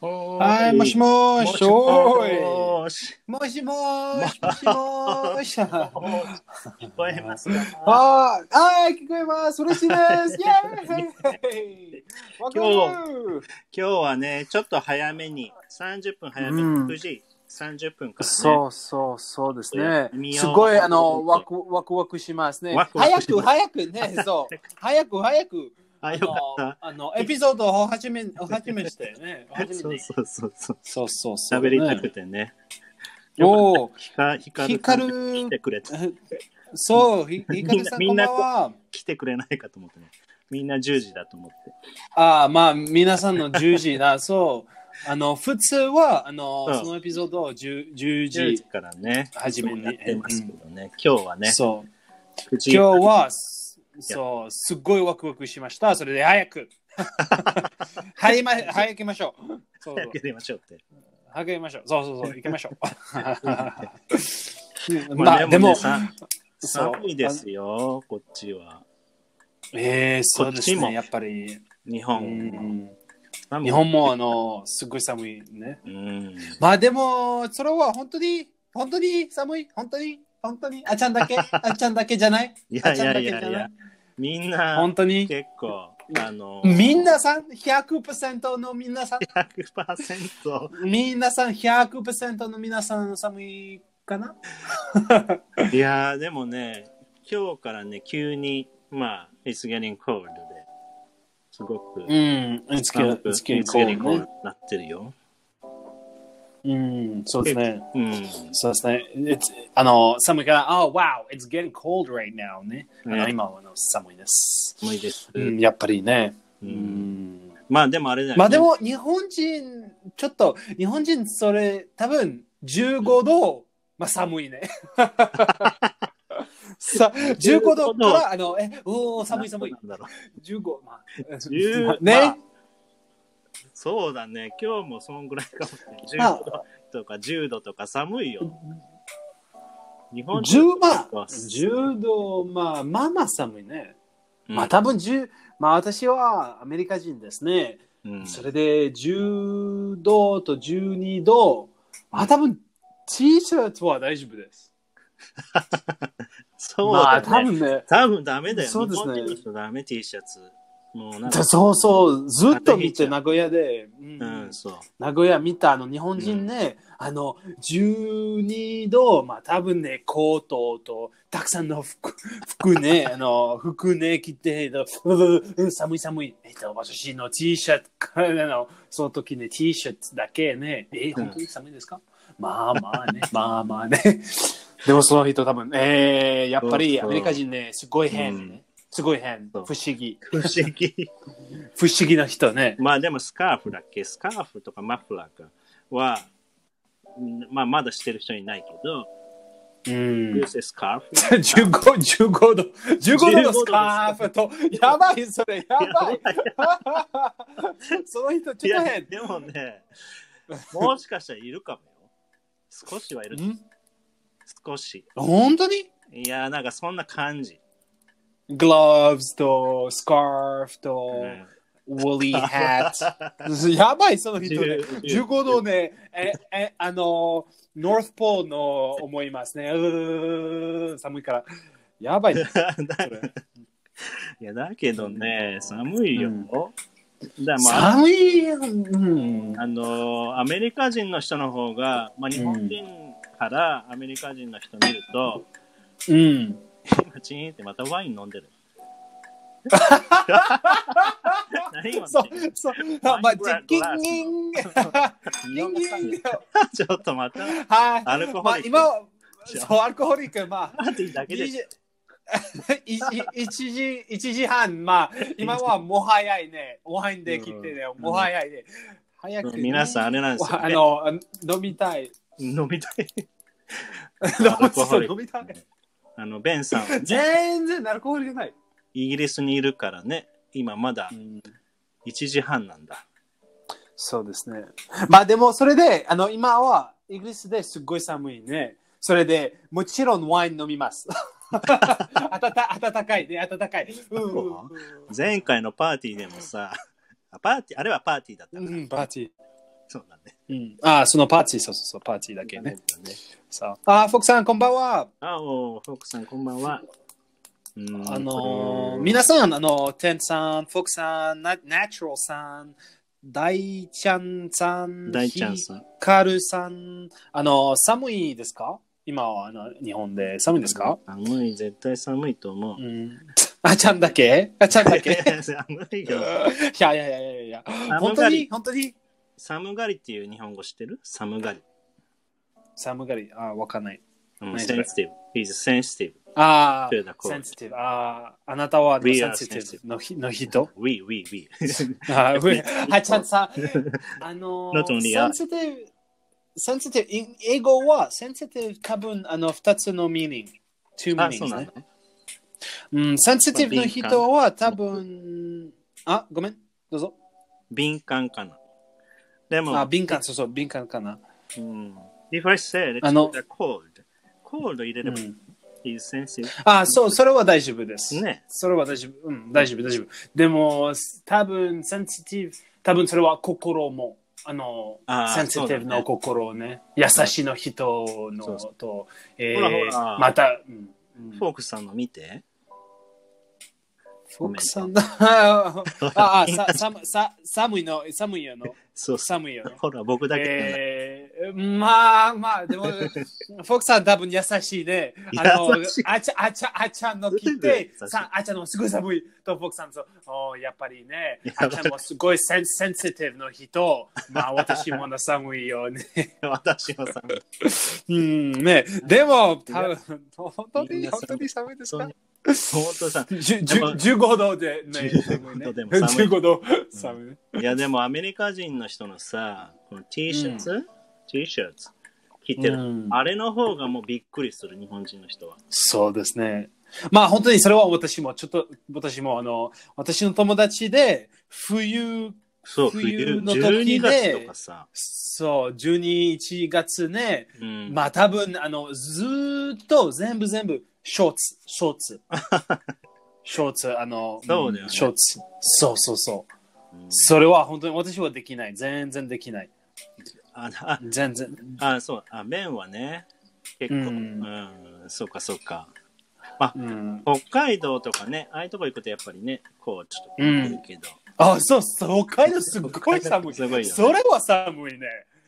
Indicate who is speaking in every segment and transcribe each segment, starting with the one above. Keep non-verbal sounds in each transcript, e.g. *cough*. Speaker 1: は
Speaker 2: はい、もし
Speaker 1: も
Speaker 2: もーし、おーい。
Speaker 1: もし
Speaker 2: もしもーし、もしもーし。あ
Speaker 1: もし。聞こえますか
Speaker 2: あー、あー聞こえます。嬉しい *laughs* です。イェーイわかる
Speaker 1: 今日はね、ちょっと早めに、30分早めに、
Speaker 2: うん
Speaker 1: 9時30分からね。
Speaker 2: そうそうそうですね
Speaker 1: 見。よ
Speaker 2: す
Speaker 1: う
Speaker 2: ごい、あの、ワクワクワクしますね。
Speaker 1: ワクワク
Speaker 2: 早
Speaker 1: しま
Speaker 2: く
Speaker 1: す
Speaker 2: 早く *laughs* ね、そう。早く早く。
Speaker 1: あ、
Speaker 2: あ
Speaker 1: よか
Speaker 2: の
Speaker 1: った。
Speaker 2: あの、エピソードを始め、お始めしてね。お始
Speaker 1: *laughs* そ
Speaker 2: め
Speaker 1: う
Speaker 2: て
Speaker 1: そうそうそう。
Speaker 2: そうそうそう。
Speaker 1: 喋りたくてね。
Speaker 2: ねおー
Speaker 1: ひか、ひかるさん来てくれた。
Speaker 2: そう、ひひかるさん、
Speaker 1: み
Speaker 2: こ
Speaker 1: ん
Speaker 2: んば
Speaker 1: なん
Speaker 2: は。
Speaker 1: 来てくれないかと思ってね。みんな10時だと思って。
Speaker 2: ああ、まあ、皆さんの10時
Speaker 1: *laughs*
Speaker 2: だ、そう。あの、普通は、あの、
Speaker 1: うん
Speaker 2: そのエピソードを 10, 10
Speaker 1: 10時
Speaker 2: 時
Speaker 1: からね。
Speaker 2: 始めに
Speaker 1: やってますけどね。今日はね、
Speaker 2: そう。
Speaker 1: 9時
Speaker 2: 今日は、そう、すっごいワクワクしました。それで早
Speaker 1: *laughs*
Speaker 2: く。はい、ま、早く行きましょう。そうそう
Speaker 1: 早くやりましょう
Speaker 2: *laughs*
Speaker 1: って。
Speaker 2: 早く行きましょう。そうそうそう、行きましょ
Speaker 1: *laughs*
Speaker 2: う。
Speaker 1: ま
Speaker 2: ま
Speaker 1: あ
Speaker 2: あ、でも、
Speaker 1: ねさ
Speaker 2: そう
Speaker 1: 寒いですよ、こっちは。
Speaker 2: えー、そうです
Speaker 1: こっちも
Speaker 2: ね、やっぱり。
Speaker 1: 日
Speaker 2: う
Speaker 1: 本。
Speaker 2: ん、
Speaker 1: 寒い
Speaker 2: 日本も、あの、すっごい寒いね。
Speaker 1: うん。
Speaker 2: まあでも、それは本当に、本当に寒い、本当に、本当に、あちゃんだけ、
Speaker 1: *laughs*
Speaker 2: あちゃんだけじゃない。
Speaker 1: いや
Speaker 2: あ
Speaker 1: い
Speaker 2: ちゃん
Speaker 1: や
Speaker 2: だ
Speaker 1: い
Speaker 2: けじゃ
Speaker 1: やい
Speaker 2: な
Speaker 1: や
Speaker 2: い。。
Speaker 1: みんな
Speaker 2: 本、当に。
Speaker 1: 結構、あの、
Speaker 2: みんなさん、100%の皆さん、
Speaker 1: 100%。
Speaker 2: みんなさん、100%の皆さん寒いかない
Speaker 1: やー、でもね、今日からね、急に、まあ、It's getting cold で、すごく、
Speaker 2: ん、つ
Speaker 1: 寒く It's getting cold になってるよ。
Speaker 2: うん、そうですね。
Speaker 1: うん。
Speaker 2: そうですね。It's- あの、寒いから、oh, wow, it's getting cold right now ね。あの
Speaker 1: ね
Speaker 2: 今はあの寒いです。
Speaker 1: 思いです。
Speaker 2: うん、やっぱりね。
Speaker 1: う
Speaker 2: うんん
Speaker 1: まあ、でもあれ *laughs* だよね。
Speaker 2: まあでも日本人、ちょっと日本人それ多分15度、まあ寒いね。 *laughs* さ15度からあの、え、おー寒い寒い
Speaker 1: な。んだろう
Speaker 2: 15、ま
Speaker 1: 10
Speaker 2: あ、ね、
Speaker 1: そうだね、今日もそんぐらいかもしれ
Speaker 2: ま
Speaker 1: な
Speaker 2: あ
Speaker 1: い。10度とか10度とか寒いよ。日本人
Speaker 2: 10ま
Speaker 1: は
Speaker 2: あ、10度、まあまあまあ寒いね。
Speaker 1: うん
Speaker 2: まあ多分10、まあ私はアメリカ人ですね。
Speaker 1: うん
Speaker 2: それで10度と12度、まあ多分 T シャツは大丈夫です。
Speaker 1: そう
Speaker 2: ま
Speaker 1: だ
Speaker 2: あ多
Speaker 1: ね。
Speaker 2: 分ね、
Speaker 1: 多分ダメだよ。
Speaker 2: そうですね
Speaker 1: 日本人の人ダメ T シャツ。もうなんか
Speaker 2: だ、そうそう、ずっと見
Speaker 1: あ
Speaker 2: て、
Speaker 1: の
Speaker 2: 名古屋で、う
Speaker 1: うんん、そう。
Speaker 2: 名古屋見たあの日本人ね、あの、12度、まあ多分ね、コートと、たくさんの服服ね、 *laughs* あの、服ね、着て、うん寒い寒い。えっと、私の T シャツからの、その時ね、T シャツだけね、え、本当に寒いですか、まあま *laughs* あね、まあまあね。でもその人多分、えー、やっぱり
Speaker 1: そうそ
Speaker 2: ア
Speaker 1: う
Speaker 2: メリカ人ね、すごい変ね。
Speaker 1: うん
Speaker 2: すごい変。不
Speaker 1: そう
Speaker 2: 思議。
Speaker 1: 不思議。 *laughs*
Speaker 2: 不思議な人ね。
Speaker 1: まあでもスカーフだっけスカーフとかマフラーかは、うんまあまだしてる人いないけど、
Speaker 2: うん
Speaker 1: う。
Speaker 2: *laughs*
Speaker 1: せスカーフ
Speaker 2: 15, 15度、15度のスカーフと、やばい、それ、やばい。 *laughs* その人、
Speaker 1: い
Speaker 2: ちょっ
Speaker 1: や
Speaker 2: と変。
Speaker 1: でもね、もしかしたらいるかもよ。少しはいる。
Speaker 2: ん
Speaker 1: 少し。
Speaker 2: 本当に
Speaker 1: いや、なんかそんな感じ。
Speaker 2: グローブと、スカーフと、
Speaker 1: うん
Speaker 2: ウォリーハッ *laughs* ト。やばい、その人ね。
Speaker 1: 十
Speaker 2: 15度ね、え、え、あの、ノースポールの思いますね。うー寒いから。やばい、それ。
Speaker 1: *laughs* いや、だけどね、寒いよ。
Speaker 2: うん
Speaker 1: だまあ、
Speaker 2: *laughs* 寒い、うん。
Speaker 1: あのーアメリカ人の人の方が、まあ、日本人からアメリカ人の人見ると、
Speaker 2: うん。
Speaker 1: 今、チーンってまたワイン飲んで
Speaker 2: *laughs*
Speaker 1: る。何今
Speaker 2: そ
Speaker 1: の
Speaker 2: う、そう、あ *laughs* まあ、じゃ、ギ *laughs* ンギン、ギンギン。
Speaker 1: ちょっとまた、
Speaker 2: はい。
Speaker 1: アルコホ
Speaker 2: まあ、
Speaker 1: リック *laughs*
Speaker 2: 今は、そう、アルコホリック、まあ、
Speaker 1: パーティーだけで
Speaker 2: 20一 *laughs* 一時、一時半、まあ、今はもう早いね。お早いんで来てね、
Speaker 1: うん
Speaker 2: もう早いね。早く、ね。
Speaker 1: 皆さんあれなんですよ、ね。
Speaker 2: あの、飲みたい。
Speaker 1: 飲みたい。
Speaker 2: どうぞ *laughs* 飲みたい。
Speaker 1: あの、ベンさん
Speaker 2: *laughs*
Speaker 1: はね、
Speaker 2: 全然アルコールじゃない。
Speaker 1: イギリスにいるからね、今まだ1時半なんだ。
Speaker 2: そうですね。まあでもそれで、あの今はイギリスですっごい寒いね。それでもちろんワイン飲みます。 *laughs* あたた暖かいね、暖かい。うんうん
Speaker 1: 前回のパーティーでもさ、あパーティー、あれはパーティーだった
Speaker 2: う
Speaker 1: か
Speaker 2: ん、
Speaker 1: ら、
Speaker 2: うん、パーティー。
Speaker 1: そうだね。
Speaker 2: うん、ああ、そのパーティー、そうそうそう、パーティーだけね。さあ、あーフォクさん、こんばんは。
Speaker 1: あお、フォークさん、こんばんは。うん
Speaker 2: あのー、
Speaker 1: これ
Speaker 2: 皆さん、あの、テンさん、フォクさん、ナナチュラルさん、大ちゃんさん、
Speaker 1: 大ちゃんさん。
Speaker 2: カルさん、あの、寒いですか今はあの日本で寒いですか、
Speaker 1: 寒い、絶対 *laughs* 寒いと思う
Speaker 2: う。ん、あちゃんだけあちゃんだ
Speaker 1: *laughs*
Speaker 2: け
Speaker 1: 寒い
Speaker 2: い
Speaker 1: よ。
Speaker 2: やいやいやいやいや、本
Speaker 1: 寒
Speaker 2: 当
Speaker 1: が
Speaker 2: に
Speaker 1: り、
Speaker 2: 本当に
Speaker 1: 寒がりっていう日本語知ってる寒がり。
Speaker 2: 寒がり、あわかんない。
Speaker 1: う
Speaker 2: 何
Speaker 1: ん、
Speaker 2: そ
Speaker 1: セ
Speaker 2: れ
Speaker 1: ンシティブ。He's sensitive.
Speaker 2: あ
Speaker 1: To the
Speaker 2: あ、
Speaker 1: core
Speaker 2: センシティブ。ああ、あなたは
Speaker 1: We are
Speaker 2: センシティブのひの人
Speaker 1: We, we, we.
Speaker 2: あー、we-
Speaker 1: *laughs*
Speaker 2: あちゃんさん、あの
Speaker 1: Not、only
Speaker 2: セン
Speaker 1: us.
Speaker 2: シティブ、センシティブい、英語はセンシティブ多分、あの、二つのミーニング。two
Speaker 1: あ、
Speaker 2: meanings
Speaker 1: そうな
Speaker 2: ね
Speaker 1: の。
Speaker 2: うん、センシティブの
Speaker 1: 敏感
Speaker 2: 人は多分、あ、ごめん、どうぞ。
Speaker 1: 敏感かな。でも、
Speaker 2: あ、敏感、そうそう、敏感かな。
Speaker 1: うん、If I said
Speaker 2: あの
Speaker 1: it's cold, cold 入れ
Speaker 2: う
Speaker 1: れば、
Speaker 2: ん、
Speaker 1: He's sensitive.
Speaker 2: あ、そう、それは大丈夫です。
Speaker 1: ね。
Speaker 2: それは大丈夫。うん、大丈夫、大丈夫。でも、多分、センシティブ、多分それは心も、あの、
Speaker 1: あー
Speaker 2: センシティブの心をね、優しいの人の
Speaker 1: そうそ
Speaker 2: と、えー
Speaker 1: ほらほら
Speaker 2: また、うんうん
Speaker 1: フォークさんの見て。
Speaker 2: フォークさんだ。 *laughs* ああ、
Speaker 1: みんな
Speaker 2: さ、さ、さ、寒いの、寒いよの、
Speaker 1: そうそう。
Speaker 2: 寒いよ
Speaker 1: *laughs*
Speaker 2: の。
Speaker 1: ほら、僕だけじゃない。
Speaker 2: えーまあまあ、
Speaker 1: *laughs*
Speaker 2: でも、フォークさん多分優しいね。あの
Speaker 1: 優しい、
Speaker 2: あちゃ、あちゃ、あちゃんの来
Speaker 1: すごい
Speaker 2: て
Speaker 1: 優し、い
Speaker 2: さあちゃんのすごい寒いとフォークさんと、おーやっぱりね
Speaker 1: や、
Speaker 2: あちゃんもすごいセンセンシティブの
Speaker 1: *laughs*
Speaker 2: 人、まあ私もな寒いよね。
Speaker 1: 私はさ、
Speaker 2: うん、ね、でも、多分本当
Speaker 1: みん
Speaker 2: に、
Speaker 1: な寒
Speaker 2: 本
Speaker 1: い
Speaker 2: 当に寒いです
Speaker 1: そ
Speaker 2: か *laughs*
Speaker 1: ん本当さ、
Speaker 2: じゅじゅ
Speaker 1: でも
Speaker 2: 15度で、ね、寒いね。
Speaker 1: 15度でも
Speaker 2: *laughs*
Speaker 1: 寒い
Speaker 2: 15度寒い。*laughs*
Speaker 1: いやでもアメリカ人の人のさ、この T シャツ、?T シャツ着てる、
Speaker 2: うん
Speaker 1: あれの方がもうびっくりする、日本人の人は。
Speaker 2: そうですね。まあ本当にそれは私もちょっと私もあの私の友達で冬
Speaker 1: そう、
Speaker 2: 冬
Speaker 1: 冬、
Speaker 2: の時で
Speaker 1: 12月とかさ。
Speaker 2: そう12 1月ね、
Speaker 1: うん、
Speaker 2: まあ多分あのずーっと全部全部ショーツショーツショーツあの
Speaker 1: そうだよね
Speaker 2: んショーツそうそうそう
Speaker 1: うん
Speaker 2: それは本当に私はできない全然できない
Speaker 1: ああ
Speaker 2: 全然
Speaker 1: あ、そう、あ、麺はね、結構、
Speaker 2: う
Speaker 1: うんん、そうか、そうか。
Speaker 2: うん
Speaker 1: 北海道とかね、ああいうとこ行くとやっぱりね、こう、ちょっと、
Speaker 2: うん
Speaker 1: けど、
Speaker 2: あそうそう北海道すっごい寒い
Speaker 1: すごいよね
Speaker 2: それは寒いね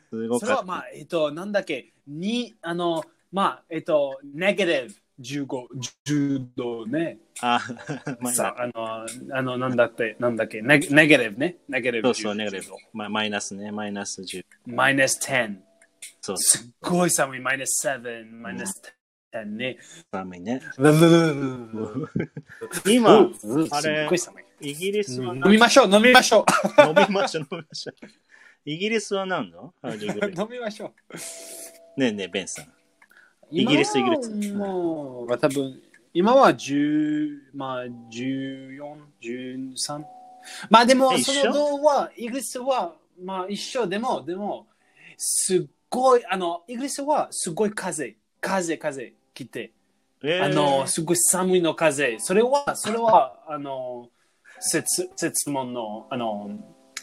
Speaker 1: すご
Speaker 2: そ
Speaker 1: か
Speaker 2: れ
Speaker 1: っ
Speaker 2: は
Speaker 1: た。
Speaker 2: まあ、えっと、なんだっけ、に、あの、まあ、えっと、ネガティブ15、10度ね。
Speaker 1: あ、 *laughs* マイナ
Speaker 2: さあの、あの、なんだって、なんだっけ、ネネガティブね。ネガティブ
Speaker 1: そうそう、ネガティ
Speaker 2: 10
Speaker 1: ブ。まあ、マイナスね、マイナス10。
Speaker 2: 度。マイナス10。
Speaker 1: そう、
Speaker 2: すっごい寒い、マイナス7、マイナス10ね。
Speaker 1: 寒いね。
Speaker 2: う
Speaker 1: 今
Speaker 2: ん、うん
Speaker 1: あれ
Speaker 2: すっごい寒い。
Speaker 1: イギリス
Speaker 2: う
Speaker 1: は
Speaker 2: ん
Speaker 1: 何
Speaker 2: 飲みましょう、飲みましょ
Speaker 1: 飲みましょう、飲みましょう。イギリスは何のハードグ
Speaker 2: う。
Speaker 1: レー
Speaker 2: 飲みましょう。
Speaker 1: ねえねえ、ベンさん。イギリスイギリス
Speaker 2: 今はもう、まあ、多分今は10、まあ、14、13。まあでも、
Speaker 1: え一
Speaker 2: そ
Speaker 1: 緒
Speaker 2: の動は、イギリスは、まあ一緒でも、でも、すっごい、あの、イギリスはすごい風、風、風来て、
Speaker 1: えー
Speaker 2: あの、すごい寒いの風、それは、それは、あの、説、説問の、あの、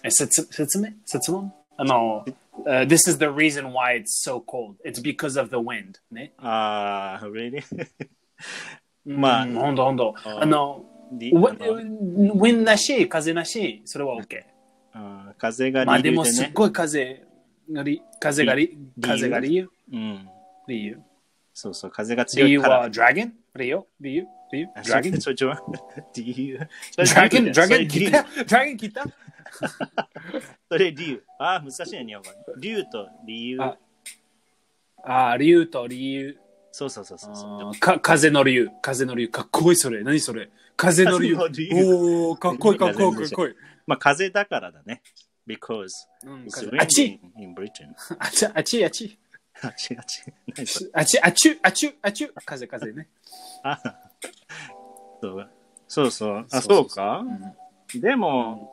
Speaker 2: え説、説明説問あの、uh, This is the reason why it's so cold. It's because of the wind. ね。
Speaker 1: あー、really?
Speaker 2: *laughs*
Speaker 1: まあ
Speaker 2: うんほんとほんと。
Speaker 1: あー
Speaker 2: あの、
Speaker 1: リ
Speaker 2: ウ
Speaker 1: あの
Speaker 2: ィウィンなし、風なし、それは OK。
Speaker 1: あー風が
Speaker 2: まあ
Speaker 1: 理
Speaker 2: で
Speaker 1: 由
Speaker 2: も
Speaker 1: です
Speaker 2: っ
Speaker 1: ね。
Speaker 2: ごい風がり、風がり、
Speaker 1: 由
Speaker 2: 風が理由
Speaker 1: うん。
Speaker 2: 理由
Speaker 1: そうそう、風が強
Speaker 2: 理由
Speaker 1: いか
Speaker 2: は
Speaker 1: ら。
Speaker 2: ドラゴン理由理由理由
Speaker 1: あ
Speaker 2: ドラゴン
Speaker 1: そうそう *laughs* 理由。ド
Speaker 2: ドラゴンドラゴン
Speaker 1: 理
Speaker 2: 来
Speaker 1: 由
Speaker 2: た。ドラゴン来た
Speaker 1: それ理由。ああ、難しいね、日本語。理由と理由。
Speaker 2: ああー、理由と理由。
Speaker 1: そうそうそうそうそう。
Speaker 2: か風の理由、風の理由、かっこいいそれ、何それ、風の理由。
Speaker 1: 風の理由
Speaker 2: おお、かっこいい、かっこいい、かっこいい。
Speaker 1: まあ、風だからだね。because
Speaker 2: うん、
Speaker 1: it's
Speaker 2: 風
Speaker 1: raining
Speaker 2: あち
Speaker 1: in Britain.
Speaker 2: あちあちあち
Speaker 1: あちあち。何それ
Speaker 2: あちあちあちあち風風ね。
Speaker 1: あ
Speaker 2: そうそ
Speaker 1: そうそうそう。あ、そ
Speaker 2: うそう
Speaker 1: うか
Speaker 2: うん
Speaker 1: でも、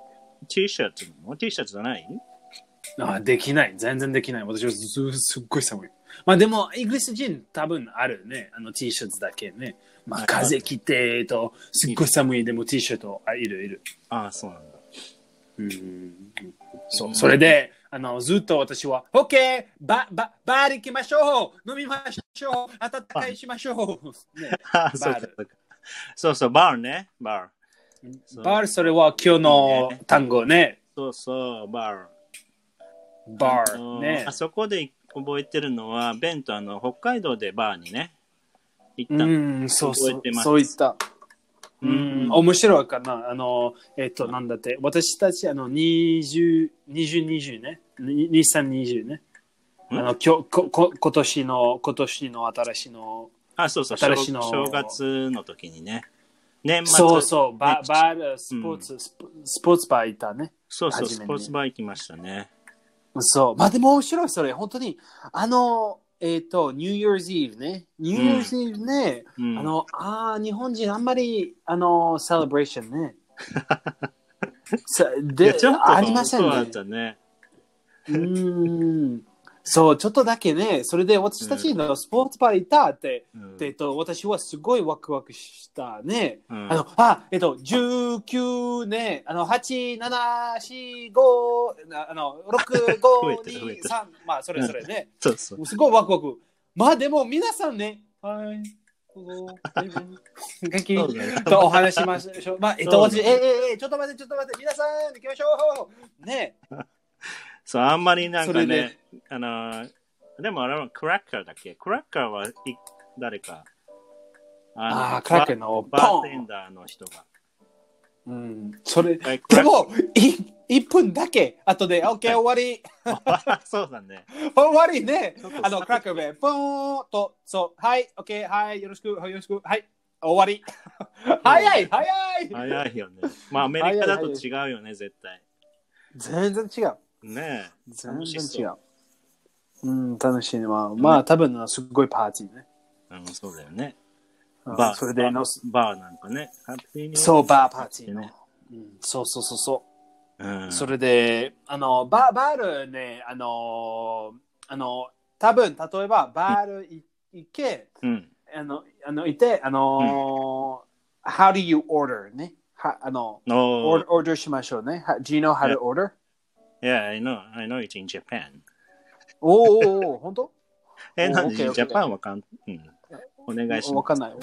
Speaker 1: T シャツなの ?T シャツじゃない
Speaker 2: あできない、全然できない。私はすすっごい寒い。まあでも、イギリス人多分あるね。あの T シャツだけね。まあ風着てと、すっごい寒いでも T シャツあいるいる。
Speaker 1: あそうなんだ。
Speaker 2: うんそう、それで、あの、ずっと私は、OK! バババール行きましょう飲みましょう暖かいしましょう、ね、
Speaker 1: あそうかそうか。そうそう、バーね。バー。そう
Speaker 2: バール、それは今日の単語ね。
Speaker 1: そうそう、バ
Speaker 2: バ
Speaker 1: ー。う
Speaker 2: ー
Speaker 1: ん
Speaker 2: ね
Speaker 1: あ。そこで覚えてるのは、ベンとあの北海道でバーにね、行った
Speaker 2: う
Speaker 1: の。
Speaker 2: ん、そうそ
Speaker 1: 覚
Speaker 2: う
Speaker 1: えて。ます
Speaker 2: そういった。う
Speaker 1: うん
Speaker 2: ん、面白いかな。あの、えっと、なんだって、私たち、あの、20、20、20ね。に23、20ね。あ
Speaker 1: ん
Speaker 2: の、今日、こ、こ、今年の、今年の新しいの、
Speaker 1: あ、そうそう、
Speaker 2: 新しいの
Speaker 1: 正正月の時にね。年末。
Speaker 2: そうそう、バ
Speaker 1: ね
Speaker 2: バール、スポーツ、スポスポーツバーいたね。
Speaker 1: そうそ
Speaker 2: 初
Speaker 1: う、
Speaker 2: めに
Speaker 1: ス
Speaker 2: ね
Speaker 1: ポーツバー行きましたね。
Speaker 2: そう。まあでも面白い、それ。本当に、あの、えっ、と、ニューイヤーズイブね。ニューイヤーズイブね、
Speaker 1: うん
Speaker 2: あの、ああ、日本人あんまり、あの、セレブレーションね。
Speaker 1: *laughs*
Speaker 2: さ
Speaker 1: いや
Speaker 2: で
Speaker 1: ちょっ、と
Speaker 2: ありません
Speaker 1: そうだ
Speaker 2: ね
Speaker 1: っ。たね。
Speaker 2: うーん。そう、ちょっとだけね。それで、私たちのスポーツバーいたって、
Speaker 1: うん
Speaker 2: えっと、私はすごいワクワクしたね。
Speaker 1: うん
Speaker 2: あの、あ、えっと、19ね、あの、8、7、4、5、なあの、6、5、
Speaker 1: *laughs* えてる増え
Speaker 2: 2、
Speaker 1: てる
Speaker 2: 3、まあ、それぞれね。
Speaker 1: そうそう
Speaker 2: も。うすごいワクワク。まあ、でも、皆さんね、はい、どうぞバイバイ元気
Speaker 1: そうだね
Speaker 2: とお話しましょう。まあ、えっと、
Speaker 1: そうだ
Speaker 2: 私、
Speaker 1: ね
Speaker 2: ええええ、ちょっと待って、ちょっと待って、皆さん、行きましょう。ね、
Speaker 1: そう、あんまりなん
Speaker 2: そ
Speaker 1: か
Speaker 2: れ
Speaker 1: ね
Speaker 2: で、、
Speaker 1: あのー、でもあれはクラッカーだっけクラッカーはい誰か。
Speaker 2: ああ、クラッケン
Speaker 1: ー。
Speaker 2: の
Speaker 1: バー
Speaker 2: ポ
Speaker 1: テン
Speaker 2: ン。
Speaker 1: ダーの人が。
Speaker 2: うん、それ、
Speaker 1: はい
Speaker 2: でも、い1分だけ、後で、OK、終わり。
Speaker 1: クラッカーそうだね。
Speaker 2: 終わりね
Speaker 1: ちょっ。と
Speaker 2: あの、クラックで、ポーンと、そう、はい、オッケー、はい、よろしく、はい、よろしく、はい、終わり。 *laughs* 早い、早い。
Speaker 1: 早いよね。まあアメリカだと違うよね、絶対。
Speaker 2: 全然違う。
Speaker 1: ねえ。
Speaker 2: 全
Speaker 1: 楽しそう
Speaker 2: 然違う。うん、楽しいのは、まあ、多分な、すごいパーティーね。
Speaker 1: うん、そうだよね。
Speaker 2: うん
Speaker 1: バー、
Speaker 2: それでの、
Speaker 1: バーなんかね。ハッピーニュー
Speaker 2: そう、バーパーティー
Speaker 1: ね
Speaker 2: ね。うんそうそうそうそう。
Speaker 1: うん。
Speaker 2: それで、あの、ババールね、あの、あの、多分例えば、バールい行け、
Speaker 1: うん。
Speaker 2: あの、あの、いて、あの、how do you order ね。はあの、
Speaker 1: おー
Speaker 2: order, order しましょうね。は do you know how to order?
Speaker 1: Yeah, I know. I know it's in Japan.
Speaker 2: おーおーおー、本当
Speaker 1: え、
Speaker 2: お
Speaker 1: なんで、
Speaker 2: OK OK
Speaker 1: ジャパンわかん、うん。お願いし
Speaker 2: わ
Speaker 1: ま
Speaker 2: かんない。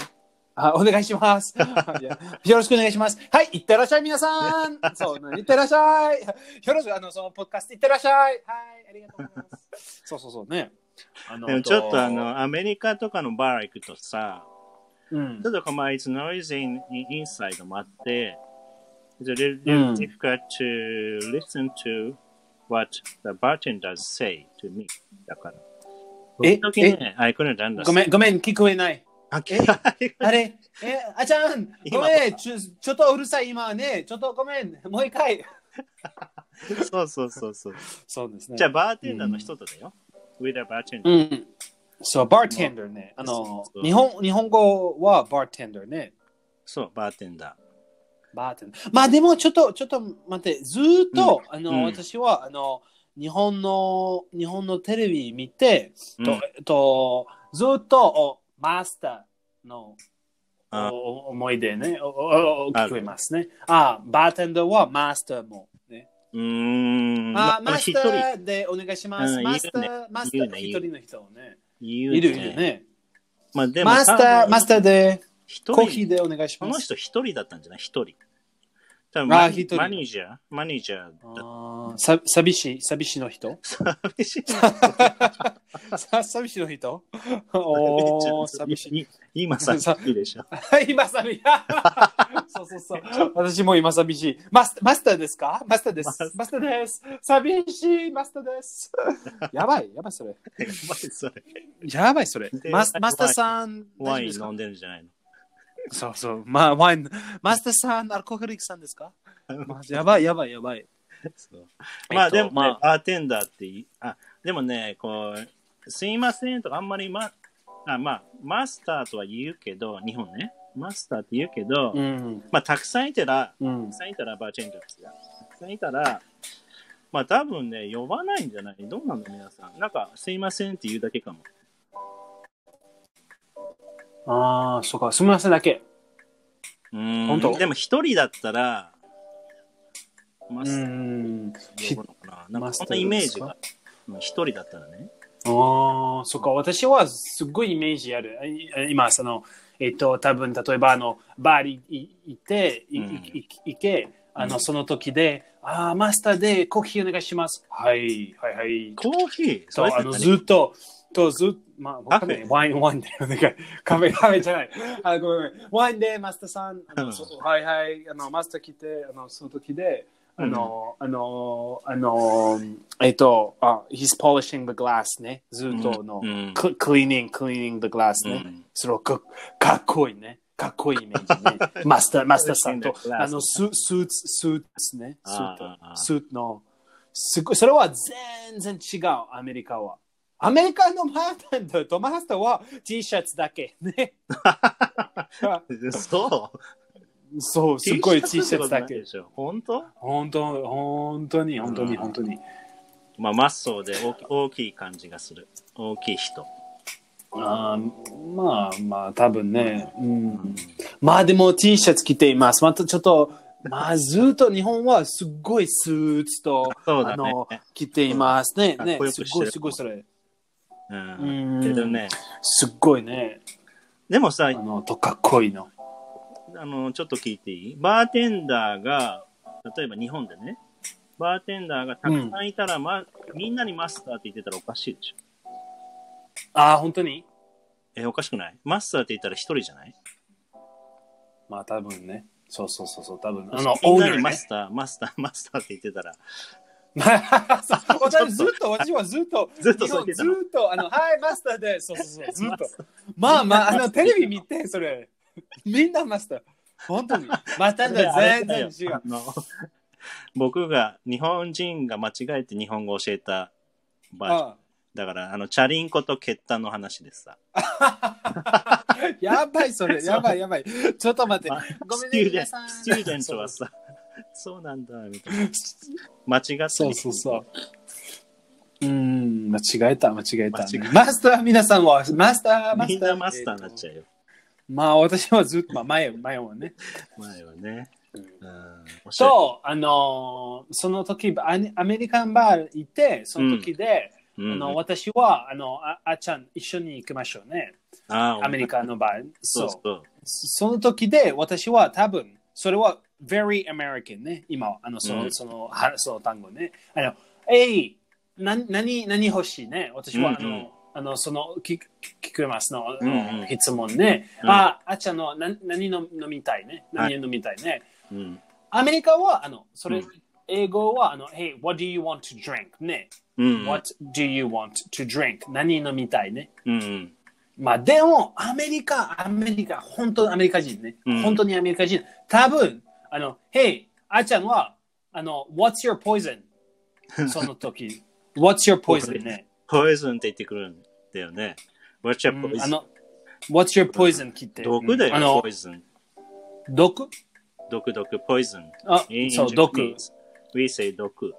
Speaker 2: あ、お願いします。いやよろしくお願いします。はい、いってらっしゃい、皆さ
Speaker 1: *laughs*
Speaker 2: ん。そう、いってらっしゃい。よろしく、あの、そのポッドカスト、いってらっしゃい。はい、ありがとうございます。そうそうそうね。あ
Speaker 1: す。
Speaker 2: の
Speaker 1: でもちょっとあ、の、アメリカとかのバー行くとさ、
Speaker 2: うん
Speaker 1: ちょ、っとこまあ、it's noisy in, in- inside もあって、it's a little, little
Speaker 2: うん
Speaker 1: difficult to listen to what the bartenders say to me. だから。
Speaker 2: え
Speaker 1: 時々ね、I couldn't understand.
Speaker 2: ごめん、ごめん、聞こえない。
Speaker 1: あ
Speaker 2: え *laughs*
Speaker 1: はい
Speaker 2: あれえ、あちゃん、ご
Speaker 1: *laughs* 今
Speaker 2: めん、ちょちょっとうるさい、今ね。ちょっとごめん、もう一回。
Speaker 1: そうそうそうそう。
Speaker 2: そうですね
Speaker 1: じゃあ、バーテンダーの人とだよ。with a bartender.
Speaker 2: うん。そう、バーテンダーね。あの
Speaker 1: そう、そう
Speaker 2: 日本、日本語はバーテンダーね。
Speaker 1: そう、バーテンダ
Speaker 2: バーテンダー。まあでも、ちょっと、ちょっと待って、ずーっと、あの、
Speaker 1: うん
Speaker 2: 私は、あの、日本の、日本のテレビ見て、
Speaker 1: ー。
Speaker 2: と
Speaker 1: うん、
Speaker 2: えっと、ずーっと、おマスターの、
Speaker 1: あ
Speaker 2: おお思い出ね、おおお
Speaker 1: あ
Speaker 2: 聞
Speaker 1: る
Speaker 2: こえますね。あ、バーテンダーはマスターも。ね、
Speaker 1: うーん。
Speaker 2: あ、
Speaker 1: ま
Speaker 2: マ
Speaker 1: あ一
Speaker 2: スタ
Speaker 1: 人
Speaker 2: ーでお願いします。
Speaker 1: うん
Speaker 2: マスタ
Speaker 1: いる
Speaker 2: ー、マスタ
Speaker 1: いる
Speaker 2: ー、
Speaker 1: ねい
Speaker 2: 一
Speaker 1: る
Speaker 2: 人の人をね。
Speaker 1: 言う
Speaker 2: いるいる。ね。
Speaker 1: まあでも、
Speaker 2: マスター、マスタ
Speaker 1: ー、
Speaker 2: ターで、
Speaker 1: 一
Speaker 2: コーヒー
Speaker 1: 人、
Speaker 2: でお願いし
Speaker 1: こ
Speaker 2: ま
Speaker 1: の
Speaker 2: す。
Speaker 1: 人一人だったんじゃない一人。多分マ
Speaker 2: あ一人
Speaker 1: マネージャーマネージャーだっ
Speaker 2: あーさ寂しい、寂しいの人
Speaker 1: た。寂しい *laughs*
Speaker 2: さ寂しいの人おー、寂しい。 *laughs*
Speaker 1: い。今さ、寂しいでしょ。
Speaker 2: 今寂しい。 *laughs* そうそうそう。私も今寂しい。マスマスターですかマスターです。マスターです。寂しい、マスターです。 *laughs* やばい、やばいそれ。
Speaker 1: やばいそれ。
Speaker 2: やばいそれ。マスマスターさん、
Speaker 1: ワ
Speaker 2: 大丈
Speaker 1: イ
Speaker 2: 夫です
Speaker 1: ン
Speaker 2: か
Speaker 1: 飲んでるんじゃないの
Speaker 2: そうそう。まあ、ワイン。マスターさん、アルコールリックさんです
Speaker 1: *laughs*
Speaker 2: か、まあやばい、やばい、やばい。
Speaker 1: そうま
Speaker 2: え
Speaker 1: あ
Speaker 2: っと
Speaker 1: でも、ね
Speaker 2: まあ
Speaker 1: バーテンダーっていあ、でもね、こう、すいませんとか、あんまり、ま、あまあ、マスターとは言うけど、日本ね、マスターって言うけど、
Speaker 2: うん。
Speaker 1: まあ、たくさんいたら、
Speaker 2: うん
Speaker 1: たく。さんいたら、バーチェンダーですが、たくさんいたら、まあ、多分ね、呼ばないんじゃないどうなんだ、皆さん。なんか、すいませんって言うだけかも。
Speaker 2: ああ、そうか。すみませんだけ。
Speaker 1: うん
Speaker 2: 本当
Speaker 1: でも、一人だったら、マ
Speaker 2: う
Speaker 1: ス
Speaker 2: ん。
Speaker 1: ターって呼ぶのかな。なん
Speaker 2: マ
Speaker 1: か、
Speaker 2: ス
Speaker 1: そん
Speaker 2: タ
Speaker 1: な
Speaker 2: ー
Speaker 1: イメージが。うん一人だったらね。
Speaker 2: ああ、そっか。私はすっごいイメージある。い今、その、えっと、多分例えば、あの、バーにいいて、いい
Speaker 1: うん
Speaker 2: い行け、あ
Speaker 1: う
Speaker 2: の、
Speaker 1: ん
Speaker 2: その時で、ああ、マスターでコーヒーお願いします。はい、はい、はい。
Speaker 1: コーヒー
Speaker 2: そう、あの、ずっと、と、ずっと、まあ、わかんない。ワイン、ワインで、お願い。カフェ、カフェじゃない。あ、ごめんごめん。ワインで、マスターさん、あ
Speaker 1: う
Speaker 2: の、
Speaker 1: ん
Speaker 2: そうはいはい、あの、マスター来て、あの、その時で、あの、あの、あの、えっと、あ、he's polishing the glass ね。ずっとの、
Speaker 1: うん
Speaker 2: ク cleaning, cleaning the glass ね。
Speaker 1: うん
Speaker 2: それをかかっこいいね。かっこいいイメージね。
Speaker 1: *laughs*
Speaker 2: マスター、マスターさんと
Speaker 1: Polishing the、glass
Speaker 2: あの、ススーツ、スーツですね。スー
Speaker 1: あーあー
Speaker 2: ツ、スーツの、すごい、それは全然違う、アメリカは。アメリカのマータンとトマスターは T シャツだけ
Speaker 1: *laughs*
Speaker 2: ね。
Speaker 1: そう。
Speaker 2: そう、すごい T シャツだ
Speaker 1: ってことない
Speaker 2: け
Speaker 1: で。しょ。本当
Speaker 2: 本当、本当に、本当
Speaker 1: う
Speaker 2: に、
Speaker 1: ん
Speaker 2: 本当に。
Speaker 1: まあ、マッソーで大き大きい感じがする。大きい人。
Speaker 2: あーまあまあ、多分ね。うんまあでも T シャツ着ています。またちょっと、まあずっと日本はすっごいスーツと、
Speaker 1: そう
Speaker 2: あ
Speaker 1: だね
Speaker 2: の。、着ていますね。
Speaker 1: かっ
Speaker 2: ね
Speaker 1: こ、よ
Speaker 2: す
Speaker 1: く
Speaker 2: っ
Speaker 1: して
Speaker 2: ごい
Speaker 1: る
Speaker 2: すごいそれ。
Speaker 1: う
Speaker 2: うん
Speaker 1: ん。けどね、
Speaker 2: すっごいね。
Speaker 1: でもさ、
Speaker 2: あの、とかっこいいの。
Speaker 1: あの、ちょっと聞いていいバーテンダーが、例えば日本でね、バーテンダーがたくさんいたら、ま、みんなにマスターって言ってたらおかしいでしょ。
Speaker 2: ああ、本当に
Speaker 1: え、おかしくないマスターって言ったら一人じゃない
Speaker 2: まあ多分ね。そうそうそうそう、多分。あの、
Speaker 1: み
Speaker 2: オ
Speaker 1: ん
Speaker 2: ー
Speaker 1: な
Speaker 2: ナ
Speaker 1: に
Speaker 2: ー
Speaker 1: マ
Speaker 2: ね。
Speaker 1: スター、マスター、マ *laughs* スターって言ってたら、
Speaker 2: そう私ずっと、私はずっと、
Speaker 1: ずっと
Speaker 2: 日
Speaker 1: そう
Speaker 2: 本
Speaker 1: 言って
Speaker 2: ず
Speaker 1: たの
Speaker 2: っと、あの、はい、マスターです。そうそうそう、ずっと。まあまあ、あの、テレビ見て、それ。みんなマスター。本当に。マスターだ、全然違う
Speaker 1: あ。の *laughs* 僕が日本人が間違えて日本語を教えたバージョン
Speaker 2: あ
Speaker 1: だからあのチャリンコとケッタの話ですさ
Speaker 2: あやばい、それ。やばい、やばい。ちょっと待って。ごめん
Speaker 1: スチュ
Speaker 2: ね、
Speaker 1: ーデ
Speaker 2: 皆
Speaker 1: ン
Speaker 2: さん。
Speaker 1: スチューデントはさ *laughs* そうなんだみたいな間違って
Speaker 2: そうそうそう。うーん、間違えた、間違えた、
Speaker 1: 間違え
Speaker 2: マスター、皆さんは、マスター、マ
Speaker 1: み
Speaker 2: ス
Speaker 1: ん
Speaker 2: ター。
Speaker 1: なマスターになっち
Speaker 2: ゃう。
Speaker 1: ゃうよ
Speaker 2: まあ、私はずっと、まあ、前、前はね。
Speaker 1: 前はねうんおしゃれ
Speaker 2: と、あのー、その時、アニアメリカンバー行って、その時で、
Speaker 1: うん
Speaker 2: あの私は、あの、ああっちゃん、一緒に行きましょうね。
Speaker 1: あ
Speaker 2: アメリカのバー。そう
Speaker 1: そ
Speaker 2: う。
Speaker 1: そう
Speaker 2: その時で、私は多分、それは very American ね。今は、あの、その、
Speaker 1: うん
Speaker 2: その、はその単語ね。あの、えい、な、何、何欲しいね。私は、
Speaker 1: うんうん
Speaker 2: あの、あの、その、聞く、聞くますの、
Speaker 1: うんうん
Speaker 2: 質問ね。
Speaker 1: うん
Speaker 2: あ、あっちゃんの、な、何の飲みたいね。何飲みたいね。
Speaker 1: うん
Speaker 2: アメリカは、あの、それ、
Speaker 1: うん
Speaker 2: 英語は、あの、Hey, what do you want to drink? ね。
Speaker 1: うん、
Speaker 2: What do you want to drink? 何飲みたいね。
Speaker 1: うんうん、
Speaker 2: まあでも、アメリカ、アメリカ、本当にアメリカ人ね。
Speaker 1: うん
Speaker 2: 本当にアメリカ人。多分、あの、Hey, あーちゃんは、あの、What's your
Speaker 1: *laughs*
Speaker 2: poison? その時。What's your poison? ね。
Speaker 1: ポイズンって言ってくるんだよね What's your
Speaker 2: うんあ
Speaker 1: poison?
Speaker 2: の、What's your poison? 聞いて。
Speaker 1: 毒だ
Speaker 2: うんあ
Speaker 1: よ、
Speaker 2: の
Speaker 1: ポイ、ズン。
Speaker 2: 毒
Speaker 1: 毒毒、ポイズン。
Speaker 2: あ、
Speaker 1: In
Speaker 2: そう、
Speaker 1: Japanese,
Speaker 2: 毒。
Speaker 1: We say 毒。